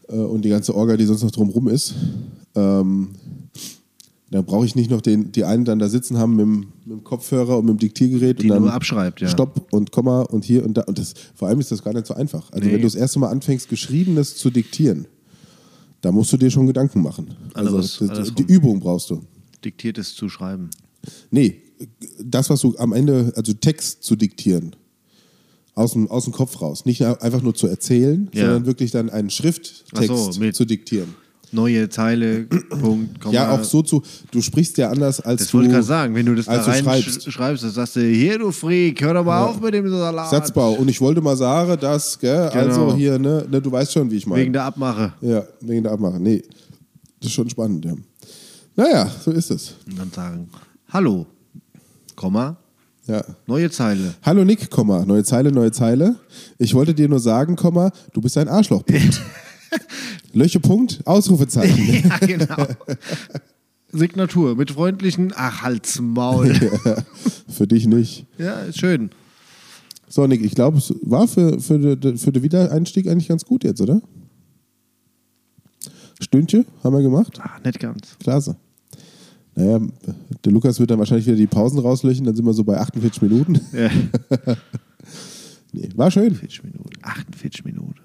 Speaker 1: äh, und die ganze Orga, die sonst noch drumrum ist, ähm, dann brauche ich nicht noch den, die einen dann da sitzen haben mit dem, mit dem Kopfhörer und mit dem Diktiergerät
Speaker 2: Die
Speaker 1: und dann
Speaker 2: nur abschreibt, ja.
Speaker 1: Stopp und Komma und hier und da. Und das, vor allem ist das gar nicht so einfach. Also
Speaker 2: Nee.
Speaker 1: wenn du das erste Mal anfängst, Geschriebenes zu diktieren, da musst du dir schon Gedanken machen.
Speaker 2: Anderes-
Speaker 1: also das,
Speaker 2: andersrum.
Speaker 1: die Übung brauchst du.
Speaker 2: Diktiertes zu schreiben.
Speaker 1: Nee, das, was du am Ende, also Text zu diktieren, aus dem, aus dem Kopf raus. Nicht einfach nur zu erzählen,
Speaker 2: Ja.
Speaker 1: sondern wirklich dann einen Schrifttext
Speaker 2: Ach so, mit-
Speaker 1: zu diktieren.
Speaker 2: Neue Zeile, Punkt, Komma.
Speaker 1: Ja, auch so zu, du sprichst ja anders als
Speaker 2: Das
Speaker 1: du.
Speaker 2: wollte ich gerade sagen, wenn du das da
Speaker 1: als du
Speaker 2: rein
Speaker 1: schreibst.
Speaker 2: schreibst. schreibst, dann sagst du, hier du Freak, hör doch mal auf mit dem Salat.
Speaker 1: Satzbau. Und ich wollte mal sagen, das, gell,
Speaker 2: Genau.
Speaker 1: also hier, ne, ne, du weißt schon, wie ich meine.
Speaker 2: Wegen der Abmache.
Speaker 1: ja, wegen der Abmache. Nee, das ist schon spannend, ja. Naja, so ist es.
Speaker 2: Und dann sagen, hallo, Komma,
Speaker 1: Ja.
Speaker 2: neue Zeile.
Speaker 1: Hallo Nick, Komma, neue Zeile, neue Zeile. Ich wollte dir nur sagen, Komma, du bist ein Arschloch. Punkt. Löche, Punkt, Ausrufezeichen.
Speaker 2: ja, genau. Signatur mit freundlichen, ach, halt's Maul.
Speaker 1: für dich nicht.
Speaker 2: ja, ist schön.
Speaker 1: So, Nick, ich glaube, es war für, für, de- für den Wiedereinstieg eigentlich ganz gut jetzt, oder? Stündchen haben wir gemacht.
Speaker 2: Ach, nicht ganz.
Speaker 1: Klasse. Naja, der Lukas wird dann wahrscheinlich wieder die Pausen rauslöchen, dann sind wir so bei 48 Minuten.
Speaker 2: Ja.
Speaker 1: Nee, war schön.
Speaker 2: 40 Minuten, 48 Minuten.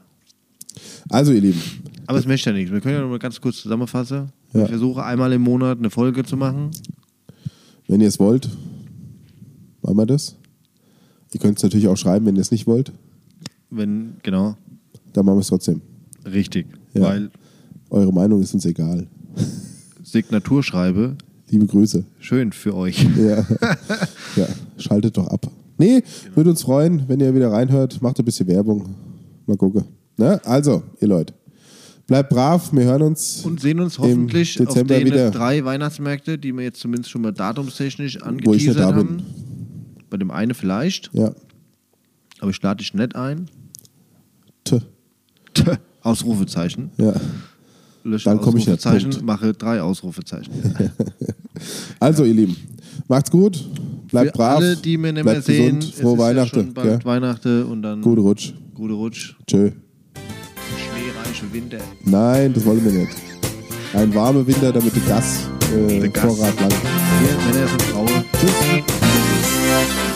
Speaker 1: Also, ihr Lieben,
Speaker 2: Aber es möchte ja nichts. Wir können ja noch mal ganz kurz zusammenfassen.
Speaker 1: Ja.
Speaker 2: Ich versuche einmal im Monat eine Folge zu machen.
Speaker 1: wenn ihr es wollt, machen wir das. Ihr könnt es natürlich auch schreiben, wenn ihr es nicht wollt,
Speaker 2: Wenn, genau,
Speaker 1: dann machen wir es trotzdem.
Speaker 2: richtig.
Speaker 1: Ja.
Speaker 2: Weil
Speaker 1: Eure Meinung ist uns egal.
Speaker 2: Signatur schreibe.
Speaker 1: Liebe Grüße.
Speaker 2: Schön für euch.
Speaker 1: Ja. ja. Schaltet doch ab. Nee, würde uns freuen, wenn ihr wieder reinhört. Macht ein bisschen Werbung. Mal gucken. Ne? Also, ihr Leute, bleibt brav. Wir hören uns.
Speaker 2: Und sehen uns hoffentlich
Speaker 1: Im
Speaker 2: auf
Speaker 1: Dezember
Speaker 2: den
Speaker 1: wieder.
Speaker 2: drei Weihnachtsmärkte, die wir jetzt zumindest schon mal datumstechnisch
Speaker 1: Wo ich nicht
Speaker 2: angeteasert
Speaker 1: da bin.
Speaker 2: haben. Bei dem einen vielleicht,
Speaker 1: ja.
Speaker 2: aber ich lade dich nicht ein.
Speaker 1: Tö.
Speaker 2: Tö. Ausrufezeichen.
Speaker 1: Ja.
Speaker 2: Lösche
Speaker 1: Dann komm ich nicht.
Speaker 2: Ausrufezeichen,
Speaker 1: Punkt.
Speaker 2: mache drei Ausrufezeichen.
Speaker 1: Also, ihr Lieben, macht's gut. Bleibt
Speaker 2: Für
Speaker 1: brav.
Speaker 2: alle, die mir nicht mehr
Speaker 1: bleibt
Speaker 2: sehen,
Speaker 1: gesund.
Speaker 2: es
Speaker 1: Frohe
Speaker 2: ist ja
Speaker 1: Weihnachten.
Speaker 2: schon bald
Speaker 1: gell?
Speaker 2: Weihnachten und dann
Speaker 1: Gute Rutsch.
Speaker 2: gute Rutsch.
Speaker 1: Tschö.
Speaker 2: Schneereiche Winter.
Speaker 1: Nein, das wollen wir nicht. Ein warmer Winter, damit der Gas, äh,
Speaker 2: Der Gas.
Speaker 1: Vorrat langt.
Speaker 2: Hier, Männer sind Frauen.
Speaker 1: Tschüss.
Speaker 2: Tschüss.